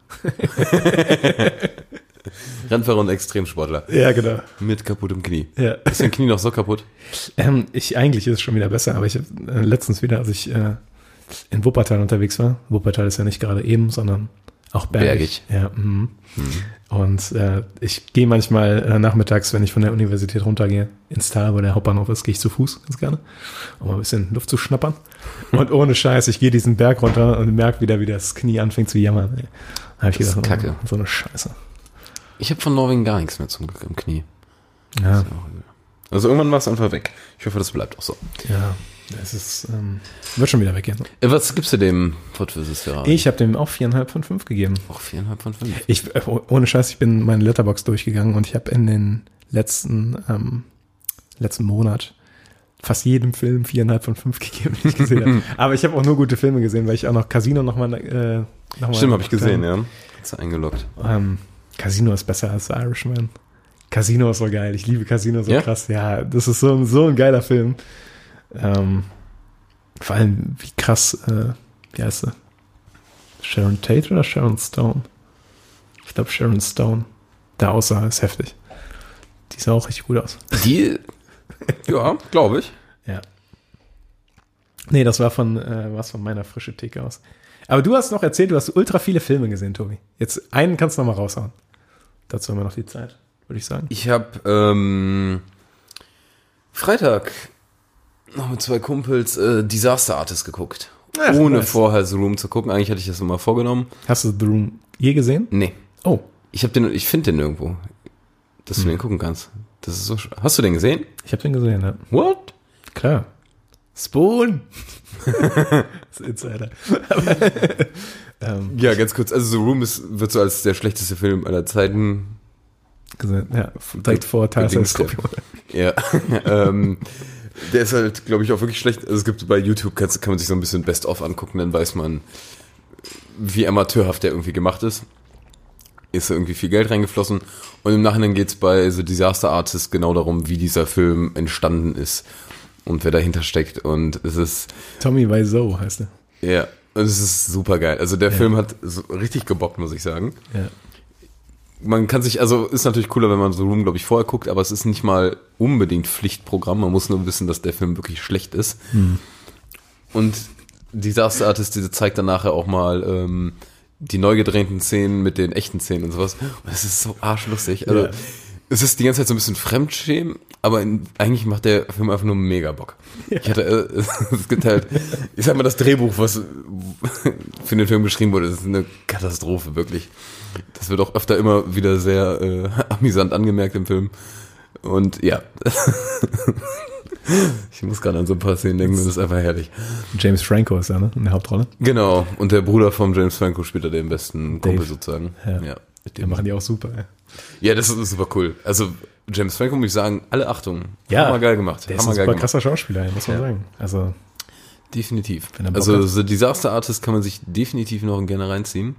Speaker 5: Rennfahrer und Extremsportler.
Speaker 1: Ja, genau.
Speaker 5: Mit kaputtem Knie.
Speaker 1: Ja.
Speaker 5: Ist dein Knie noch so kaputt?
Speaker 1: Ähm, ich eigentlich ist es schon wieder besser, aber ich hab, äh, letztens wieder, als ich äh, in Wuppertal unterwegs war. Wuppertal ist ja nicht gerade eben, sondern auch bergig. Ja, mhm. Und äh, ich gehe manchmal äh, nachmittags, wenn ich von der Universität runtergehe, ins Tal, wo der Hauptbahnhof ist, gehe ich zu Fuß ganz gerne, um mal ein bisschen Luft zu schnappern. Und ohne Scheiß, ich gehe diesen Berg runter und merke wieder, wie das Knie anfängt zu jammern. ey. Da hab ich
Speaker 5: Das ist
Speaker 1: gedacht, oh,
Speaker 5: Kacke.
Speaker 1: so eine Scheiße.
Speaker 5: Ich habe von Norwegen gar nichts mehr zum Glück im Knie.
Speaker 1: Ja,
Speaker 5: Also irgendwann war es einfach weg. Ich hoffe, das bleibt auch so.
Speaker 1: ja. Es ist, ähm, wird schon wieder weggehen.
Speaker 5: Äh, Was gibst du dem Ford vs. Ferrari?
Speaker 1: Ich habe dem auch viereinhalb von fünf gegeben.
Speaker 5: Auch viereinhalb von fünf.
Speaker 1: Ich, äh, oh- ohne Scheiß, ich bin meine Letterbox durchgegangen und ich habe in den letzten, ähm, letzten Monat fast jedem Film viereinhalb von fünf gegeben, den ich gesehen habe. Aber ich habe auch nur gute Filme gesehen, weil ich auch noch Casino nochmal. Äh, noch mal-
Speaker 5: Stimmt, habe ich gesehen, ja. Hat's eingeloggt.
Speaker 1: Ähm, Casino ist besser als The Irishman. Casino ist so geil. Ich liebe Casino so
Speaker 5: Ja?
Speaker 1: krass. Ja, das ist so, ein- so ein geiler Film. Ähm, vor allem, wie krass, äh, wie heißt sie? Sharon Tate oder Sharon Stone? Ich glaube, Sharon Stone. Da aussah, ist heftig. Die sah auch richtig gut aus.
Speaker 5: Die, ja, glaube ich.
Speaker 1: Ja. Nee, das war von, äh, was von meiner frische Theke aus. Aber du hast noch erzählt, du hast ultra viele Filme gesehen, Tobi. Jetzt einen kannst du noch mal raushauen. Dazu haben wir noch die Zeit, würde ich sagen.
Speaker 5: Ich habe ähm, Freitag noch mit zwei Kumpels äh, Disaster Artist geguckt.
Speaker 1: Ach,
Speaker 5: Ohne
Speaker 1: nice.
Speaker 5: vorher The Room zu gucken. Eigentlich hatte ich das immer vorgenommen.
Speaker 1: Hast du The Room je gesehen?
Speaker 5: Nee,
Speaker 1: Oh,
Speaker 5: ich habe den, ich finde den irgendwo, dass du den gucken kannst. Das ist so. sch- Hast du den gesehen?
Speaker 1: ich habe den gesehen, ja.
Speaker 5: What?
Speaker 1: Klar. Spoon! das ist Insider.
Speaker 5: Ja, ganz kurz. Also The Room ist, wird so als der schlechteste Film aller Zeiten.
Speaker 1: Gesehen, ja. Direkt vor Teil
Speaker 5: Bedingt, Ja. ähm, der ist halt, glaube ich, auch wirklich schlecht. Also es gibt bei YouTube kannst, kann man sich so ein bisschen Best of angucken, dann weiß man, wie amateurhaft der irgendwie gemacht ist. Ist da irgendwie viel Geld reingeflossen. Und im Nachhinein geht's bei The Disaster Artist genau darum, wie dieser Film entstanden ist und wer dahinter steckt. Und es ist
Speaker 1: Tommy Wiseau heißt er.
Speaker 5: Ja, und es ist super geil. Also der Film hat so richtig gebockt, muss ich sagen.
Speaker 1: Ja.
Speaker 5: Man kann sich, also ist natürlich cooler, wenn man so Room, glaube ich, vorher guckt, aber es ist nicht mal unbedingt Pflichtprogramm. Man muss nur wissen, dass der Film wirklich schlecht ist. Und Disaster Artist diese zeigt dann nachher auch mal ähm, die neu gedrehten Szenen mit den echten Szenen und sowas. Und es ist so arschlustig. Also
Speaker 1: Ja.
Speaker 5: es ist die ganze Zeit so ein bisschen Fremdschämen, aber in, eigentlich macht der Film einfach nur mega Bock. Ich hatte, äh, es gibt halt, ich sag mal, das Drehbuch, was für den Film geschrieben wurde, das ist eine Katastrophe, wirklich. Das wird auch öfter immer wieder sehr äh, amüsant angemerkt im Film. Und ja. ich muss gerade an so ein paar Szenen denken, das ist einfach herrlich.
Speaker 1: James Franco ist er, ne? In der Hauptrolle.
Speaker 5: Genau, und der Bruder von James Franco spielt da den besten Kumpel
Speaker 1: Dave.
Speaker 5: sozusagen.
Speaker 1: Ja.
Speaker 5: mit
Speaker 1: Die
Speaker 5: dem.
Speaker 1: machen die auch super, ey.
Speaker 5: ja, das ist super cool. Also James Franco muss ich sagen, alle Achtung.
Speaker 1: Ja.
Speaker 5: Hammer geil gemacht.
Speaker 1: Der ist
Speaker 5: Hammer
Speaker 1: ein
Speaker 5: geil
Speaker 1: super
Speaker 5: gemacht.
Speaker 1: krasser Schauspieler, ey, muss man sagen. Also,
Speaker 5: Definitiv.
Speaker 1: Wenn er Bock
Speaker 5: Also
Speaker 1: hat. Mhm.
Speaker 5: The Disaster Artist kann man sich definitiv noch gerne reinziehen.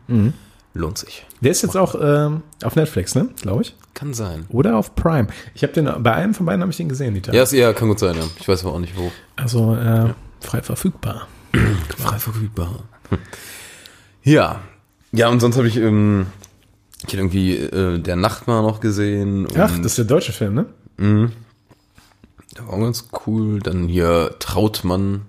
Speaker 5: Lohnt sich.
Speaker 1: Der ist jetzt auch ähm, auf Netflix, ne? Glaube ich.
Speaker 5: Kann sein.
Speaker 1: Oder auf Prime. Ich habe den, bei einem von beiden habe ich den gesehen, die Tage.
Speaker 5: Ja, ist, ja, kann gut sein, ja. Ich weiß aber auch nicht wo.
Speaker 1: Also äh, frei verfügbar.
Speaker 5: Frei verfügbar. Ja. Ja, und sonst habe ich, ähm, ich hätte irgendwie äh, Der Nachtmahr noch gesehen. Und
Speaker 1: Ach, das ist der deutsche Film, ne?
Speaker 5: der war auch ganz cool. Dann hier Trautmann.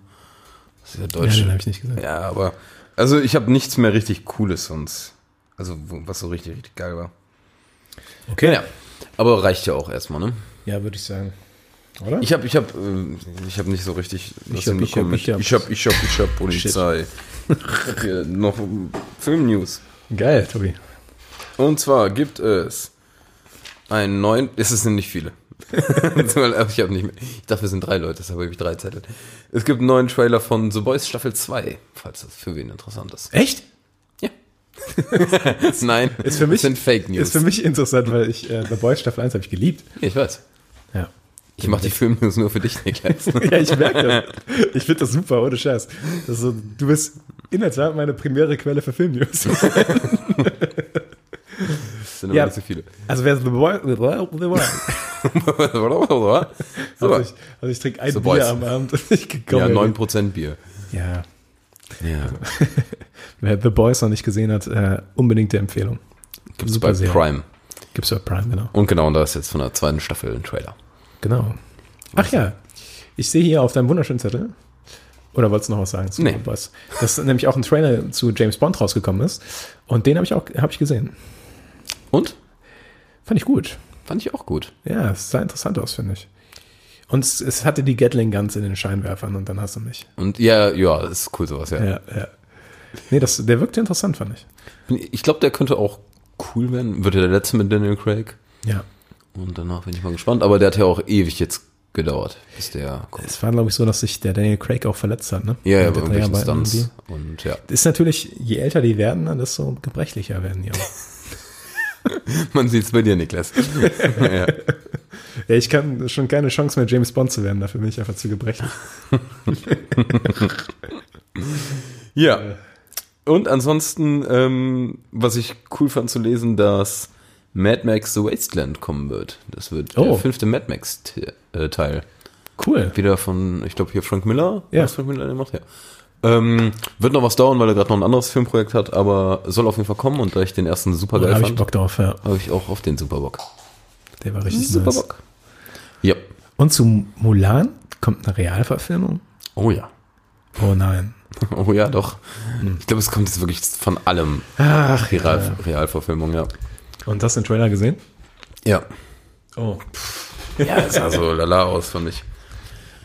Speaker 5: Das ist ja
Speaker 1: Ja,
Speaker 5: deutsch.
Speaker 1: den habe ich nicht gesehen.
Speaker 5: Ja, aber. Also ich habe nichts mehr richtig Cooles sonst. Also wo- was so richtig, richtig geil war.
Speaker 1: Okay.
Speaker 5: Ja. Aber reicht ja auch erstmal, ne?
Speaker 1: Ja, würde ich sagen. Oder?
Speaker 5: Ich habe ich hab, äh, ich hab nicht so richtig
Speaker 1: Ich hab,
Speaker 5: was
Speaker 1: ich hab,
Speaker 5: hinbekommen mit-
Speaker 1: ich hab.
Speaker 5: ich hab, ich hab, ich hab Polizei. Hier noch Filmnews.
Speaker 1: Geil, Tobi.
Speaker 5: Und zwar gibt es einen neuen. Es sind nicht viele. Zumal- aber ich, hab nicht mehr, ich dachte, wir sind drei Leute, deshalb habe ich drei Zettel. Es gibt einen neuen Trailer von The Boys Staffel 2, falls das für wen interessant ist.
Speaker 1: Echt?
Speaker 5: Ja. Nein,
Speaker 1: Ist für mich,
Speaker 5: das sind Fake News.
Speaker 1: Ist für mich interessant, weil ich äh, The Boys Staffel 1 habe ich geliebt.
Speaker 5: ich weiß.
Speaker 1: Ja.
Speaker 5: Ich mache die Filmnews nur für dich, Niklas.
Speaker 1: Ja, ich merke das. Ich finde das super, ohne Scheiß. Das ist so, du bist in der Tat meine primäre Quelle für Filmnews.
Speaker 5: Das sind aber
Speaker 1: Ja.
Speaker 5: nicht so viele.
Speaker 1: Also wer The Boys... The Boys- The Boys.
Speaker 5: so,
Speaker 1: Also, ich, also ich trinke ein
Speaker 5: The
Speaker 1: Bier
Speaker 5: Boys.
Speaker 1: am Abend und ich
Speaker 5: ja,
Speaker 1: komme.
Speaker 5: 9% Bier.
Speaker 1: ja,
Speaker 5: Ja.
Speaker 1: wer The Boys noch nicht gesehen hat, äh, unbedingt der Empfehlung.
Speaker 5: Gibt's
Speaker 1: Super
Speaker 5: bei
Speaker 1: Serie.
Speaker 5: Prime.
Speaker 1: Gibt's bei Prime, genau.
Speaker 5: Und genau, und da ist jetzt von der zweiten Staffel ein Trailer.
Speaker 1: Genau. Ach ja, ich sehe hier auf deinem wunderschönen Zettel, oder wolltest du noch was sagen zu
Speaker 5: Nee.
Speaker 1: The Boys? Dass nämlich auch ein Trailer zu James Bond rausgekommen ist und den habe ich auch hab ich gesehen.
Speaker 5: Und?
Speaker 1: Fand ich gut.
Speaker 5: Fand ich auch gut.
Speaker 1: Ja, es sah interessant aus, finde ich. Und es, es hatte die Gatling Guns in den Scheinwerfern und dann hast du mich.
Speaker 5: Und ja, ja, ist cool sowas, ja.
Speaker 1: Ja, ja. Nee, das, der wirkte interessant, fand ich.
Speaker 5: Ich glaube, der könnte auch cool werden. Wird ja der letzte mit Daniel Craig.
Speaker 1: Ja.
Speaker 5: Und danach bin ich mal gespannt. Aber der hat ja auch ewig jetzt gedauert, bis der kommt.
Speaker 1: Es war, glaube ich, so, dass sich der Daniel Craig auch verletzt hat, ne?
Speaker 5: Ja, ja,
Speaker 1: Mit
Speaker 5: bei
Speaker 1: der
Speaker 5: irgendwelchen
Speaker 1: Dreharbeiten
Speaker 5: Stunts.
Speaker 1: irgendwie.
Speaker 5: Und ja.
Speaker 1: Ist natürlich, je älter die werden, dann desto gebrechlicher werden die auch.
Speaker 5: Man sieht's bei dir, Niklas.
Speaker 1: ja,
Speaker 5: ja.
Speaker 1: ich kann schon keine Chance mehr, James Bond zu werden, dafür bin ich einfach zu gebrechlich.
Speaker 5: Ja. Und ansonsten, ähm, was ich cool fand zu lesen, dass Mad Max The Wasteland kommen wird. Das wird
Speaker 1: Oh.
Speaker 5: der fünfte Mad äh, Max-Teil.
Speaker 1: Cool.
Speaker 5: Wieder von, ich glaube hier Frank Miller.
Speaker 1: Ja.
Speaker 5: Was Frank Miller der macht, ja. Ähm, wird noch was dauern, weil er gerade noch ein anderes Filmprojekt hat, aber soll auf jeden Fall kommen und Oh, da ich den ersten super geil
Speaker 1: Da habe ich
Speaker 5: fand,
Speaker 1: Bock drauf, ja.
Speaker 5: habe ich auch auf den super Bock.
Speaker 1: Der war richtig
Speaker 5: Super
Speaker 1: nice.
Speaker 5: Bock. Ja.
Speaker 1: Und zu Mulan kommt eine Realverfilmung?
Speaker 5: Oh ja.
Speaker 1: Oh nein.
Speaker 5: Oh ja, doch. Ich glaube, es kommt jetzt wirklich von allem.
Speaker 1: Ach,
Speaker 5: Real, Realverfilmung, ja.
Speaker 1: Und hast du den Trailer gesehen?
Speaker 5: Ja.
Speaker 1: Oh.
Speaker 5: Ja, es sah so lala aus, fand ich.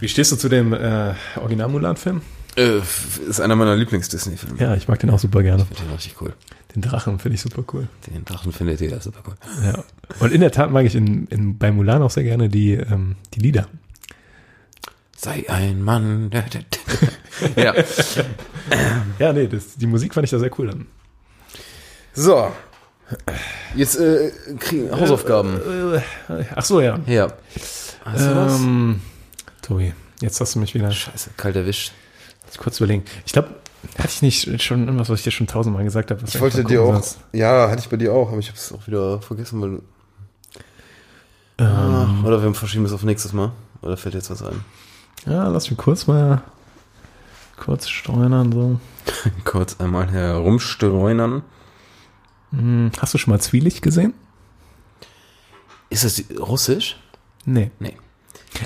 Speaker 1: Wie stehst du zu dem äh, Original Mulan-Film?
Speaker 5: Äh, f- ist einer meiner Lieblings-Disney-Filme.
Speaker 1: Ja, ich mag den auch super gerne.
Speaker 5: Den richtig cool.
Speaker 1: Den Drachen finde ich super cool.
Speaker 5: Den Drachen findet jeder super cool.
Speaker 1: Ja. Und in der Tat mag ich in, in, bei Mulan auch sehr gerne die, ähm, die Lieder.
Speaker 5: Sei ein Mann. ja.
Speaker 1: Ja, nee, das, die Musik fand ich da sehr cool dann.
Speaker 5: So. Jetzt äh, kriegen Hausaufgaben.
Speaker 1: Äh, Ach so, ja.
Speaker 5: Äh, Ja. Hast du was?
Speaker 1: Ähm, Tobi, jetzt hast du mich wieder
Speaker 5: Scheiße, kalt erwischt.
Speaker 1: kurz überlegen. Ich glaube, hatte ich nicht schon irgendwas, was ich dir schon tausendmal gesagt habe?
Speaker 5: Ich wollte dir auch. Ja, hatte ich bei dir auch, aber ich habe es auch wieder vergessen, weil du. Ah, oder wir verschieben es auf nächstes Mal. Oder fällt jetzt was ein?
Speaker 1: Ja, lass mich kurz mal kurz streunern. So.
Speaker 5: Kurz einmal herumstreunern.
Speaker 1: Hm, Hast du schon mal Zwielicht gesehen?
Speaker 5: Ist das die- russisch?
Speaker 1: Nee.
Speaker 5: Nee.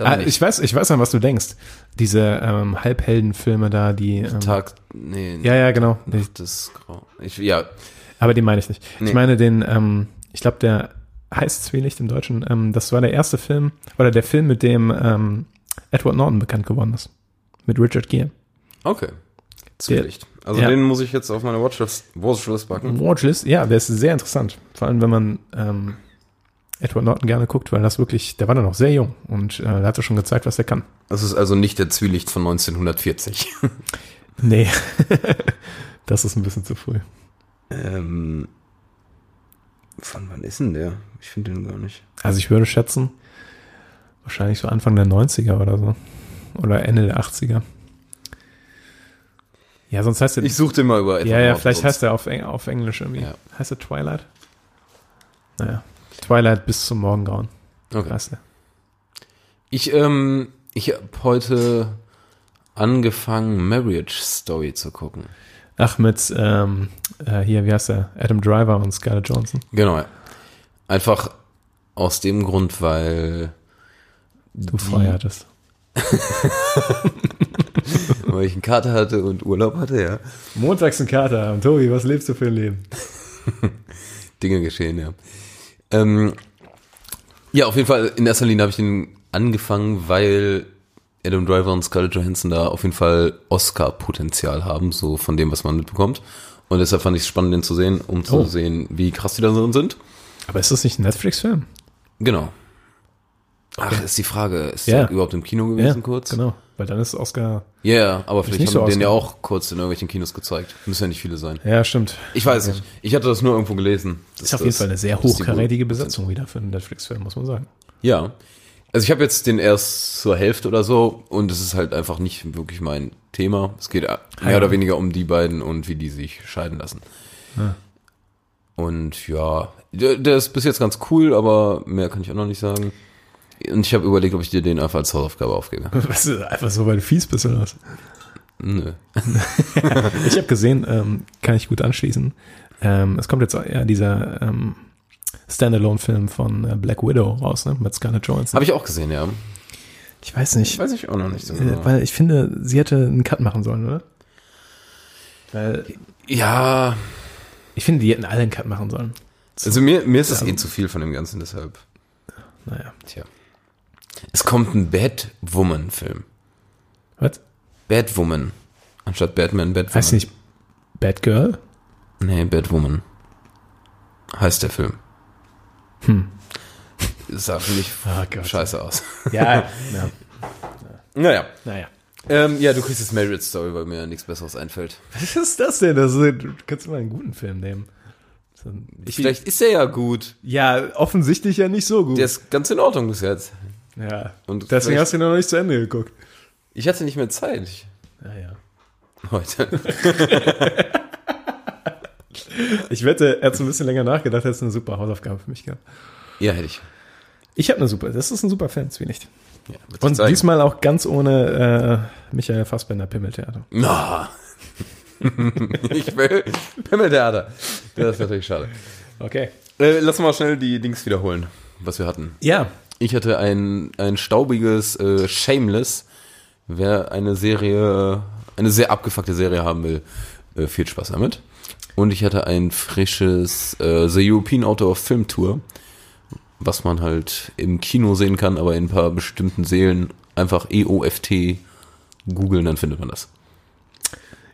Speaker 1: Ah, ich, weiß, ich weiß an, was du denkst. Diese ähm, Halbheldenfilme da, die. Ähm,
Speaker 5: Tag. Nee.
Speaker 1: Ja, ja, genau.
Speaker 5: Nacht des Grau. Ich, ja.
Speaker 1: Aber den meine ich nicht.
Speaker 5: Nee.
Speaker 1: Ich meine den, ähm, ich glaube, der heißt Zwielicht im Deutschen. Ähm, das war der erste Film, oder der Film, mit dem ähm, Edward Norton bekannt geworden ist. Mit Richard Gere.
Speaker 5: Okay. Zwielicht. Also
Speaker 1: Ja.
Speaker 5: den muss ich jetzt auf meine Watchlist, Watchlist packen.
Speaker 1: Watchlist, ja, der ist sehr interessant. Vor allem, wenn man ähm, Edward Norton gerne guckt, weil das wirklich, der war dann noch sehr jung und äh, der hatte schon gezeigt, was er kann.
Speaker 5: Das ist also nicht der Zwielicht von 1940.
Speaker 1: Nee, das ist ein bisschen zu früh.
Speaker 5: ähm, von wann ist denn der? Ich finde den gar nicht.
Speaker 1: Also ich würde schätzen, wahrscheinlich so Anfang der 90er oder so. Oder Ende der 80er. Ja, sonst heißt er.
Speaker 5: Ich such den mal über
Speaker 1: ja, ja, vielleicht heißt er auf, Eng auf Englisch irgendwie.
Speaker 5: Ja.
Speaker 1: Heißt er Twilight? Naja. Twilight bis zum Morgengrauen.
Speaker 5: Okay.
Speaker 1: Heißt er.
Speaker 5: Ich, ähm, ich habe heute angefangen, Marriage Story zu gucken.
Speaker 1: Ach, mit, ähm, äh, hier, wie heißt er? Adam Driver und Scarlett Johansson.
Speaker 5: Genau, ja. Einfach aus dem Grund, weil,
Speaker 1: Du frei hattest.
Speaker 5: weil ich einen Kater hatte und Urlaub hatte, ja.
Speaker 1: Montags ein Kater. Und Tobi, was lebst du für ein Leben?
Speaker 5: Dinge geschehen, ja. Ähm, ja, auf jeden Fall, in erster Linie habe ich ihn angefangen, weil Adam Driver und Scarlett Johansson da auf jeden Fall Oscar-Potenzial haben, so von dem, was man mitbekommt. Und deshalb fand ich es spannend, den zu sehen, um zu
Speaker 1: Oh.
Speaker 5: sehen, wie krass die da drin sind.
Speaker 1: Aber ist das nicht ein Netflix-Film?
Speaker 5: Genau. Ach, ist die Frage, ist
Speaker 1: Ja.
Speaker 5: der überhaupt im Kino gewesen kurz?
Speaker 1: Genau. Weil dann ist Oscar.
Speaker 5: Ja, ja, aber vielleicht
Speaker 1: nicht
Speaker 5: haben
Speaker 1: so
Speaker 5: die den ja
Speaker 1: Oscar.
Speaker 5: auch kurz in irgendwelchen Kinos gezeigt. Müssen ja nicht viele sein.
Speaker 1: Ja, stimmt.
Speaker 5: Ich weiß nicht. Ich hatte das nur irgendwo gelesen.
Speaker 1: Ist auf jeden Fall eine sehr hochkarätige
Speaker 5: Besetzung.
Speaker 1: Besetzung wieder für einen Netflix-Film, muss man sagen.
Speaker 5: Ja. Also ich habe jetzt den erst zur Hälfte oder so und es ist halt einfach nicht wirklich mein Thema. Es geht mehr oder weniger um die beiden und wie die sich scheiden lassen. Und ja, der, der ist bis jetzt ganz cool, aber mehr kann ich auch noch nicht sagen. Und ich habe überlegt, ob ich dir den einfach als Hausaufgabe aufgebe.
Speaker 1: Was ist einfach so, weil du fies bist oder was?
Speaker 5: Nö.
Speaker 1: Ich habe gesehen, ähm, kann ich gut anschließen. Ähm, es kommt jetzt ja dieser ähm, Standalone-Film von äh, Black Widow raus, ne? Mit Scarlett Johansson.
Speaker 5: Habe ich auch gesehen, ja.
Speaker 1: Ich weiß nicht.
Speaker 5: Weiß ich auch noch nicht so genau.
Speaker 1: Äh, weil ich finde, sie hätte einen Cut machen sollen, oder? Weil
Speaker 5: Ja,
Speaker 1: ich finde, die hätten alle einen Cut machen sollen.
Speaker 5: also mir, mir ist das eh zu viel von dem Ganzen, deshalb.
Speaker 1: Naja.
Speaker 5: Tja. Es kommt ein Batwoman-Film.
Speaker 1: Was?
Speaker 5: Batwoman. Anstatt Batman, Batwoman.
Speaker 1: Heißt sie nicht Bad Girl?
Speaker 5: Nee, Batwoman. Heißt der Film. Hm. Sah für mich
Speaker 1: Ah, Gott.
Speaker 5: scheiße aus.
Speaker 1: Ja, ja.
Speaker 5: Naja.
Speaker 1: Naja.
Speaker 5: Ähm, ja, du kriegst jetzt Marriott Story, weil mir nichts Besseres einfällt.
Speaker 1: Was ist das denn? Das ist, du kannst mal einen guten Film nehmen. So ein-
Speaker 5: Vielleicht ist er ja gut.
Speaker 1: ja, offensichtlich ja nicht so gut.
Speaker 5: Der ist ganz in Ordnung bis jetzt.
Speaker 1: ja.
Speaker 5: Und
Speaker 1: Deswegen
Speaker 5: vielleicht-
Speaker 1: hast du ihn noch nicht zu Ende geguckt.
Speaker 5: Ich hatte nicht mehr Zeit ich,
Speaker 1: Naja.
Speaker 5: heute.
Speaker 1: Ich wette, er hat so ein bisschen länger nachgedacht, hätte eine super Hausaufgabe für mich gehabt.
Speaker 5: ja, hätte ich.
Speaker 1: Ich habe eine super, das ist ein super Film, wie nicht.
Speaker 5: Ja, wird
Speaker 1: Und
Speaker 5: sich zeigen.
Speaker 1: diesmal auch ganz ohne äh, Michael Fassbender Pimmeltheater.
Speaker 5: Na. ich will Pimmeltheater. Das ist natürlich schade.
Speaker 1: Okay.
Speaker 5: Äh, lass mal schnell die Dings wiederholen, was wir hatten.
Speaker 1: Ja.
Speaker 5: Ich hatte ein, ein staubiges äh, Shameless. Wer eine Serie, eine sehr abgefuckte Serie haben will, äh, viel Spaß damit. Und ich hatte ein frisches äh, The European Outdoor Film Tour, was man halt im Kino sehen kann, aber in ein paar bestimmten Seelen einfach E EOFT googeln, dann findet man das.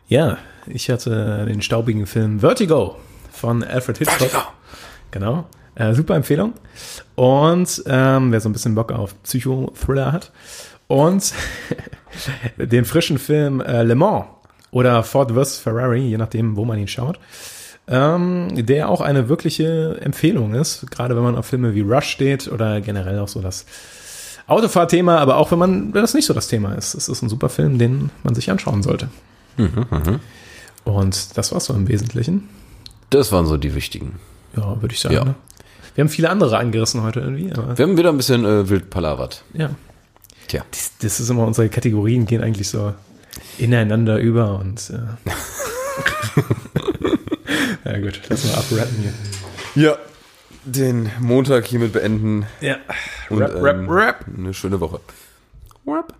Speaker 1: Ja, ich hatte den staubigen Film Vertigo von Alfred Hitchcock. Genau. Äh, super Empfehlung. Und ähm, wer so ein bisschen Bock auf Psychothriller hat. Und den frischen Film äh, Le Mans oder Ford vs. Ferrari, je nachdem, wo man ihn schaut. Ähm, der auch eine wirkliche Empfehlung ist, gerade wenn man auf Filme wie Rush steht oder generell auch so das Autofahrthema, aber auch wenn man, wenn das nicht so das Thema ist. Es ist ein super Film, den man sich anschauen sollte.
Speaker 5: Mhm,
Speaker 1: Und das war's so im Wesentlichen.
Speaker 5: Das waren so die wichtigen.
Speaker 1: Ja, würde ich sagen.
Speaker 5: Ja.
Speaker 1: Ne? Wir haben viele andere angerissen heute irgendwie, aber
Speaker 5: Wir haben wieder ein bisschen äh, wild palavert.
Speaker 1: ja.
Speaker 5: Tja.
Speaker 1: Das, das ist immer, unsere Kategorien gehen eigentlich so ineinander über und äh. ja gut, lass mal abrappen hier.
Speaker 5: Ja, den Montag hiermit beenden.
Speaker 1: Ja.
Speaker 5: Und,
Speaker 1: Rap, rap,
Speaker 5: ähm,
Speaker 1: rap.
Speaker 5: Eine schöne Woche. Rap.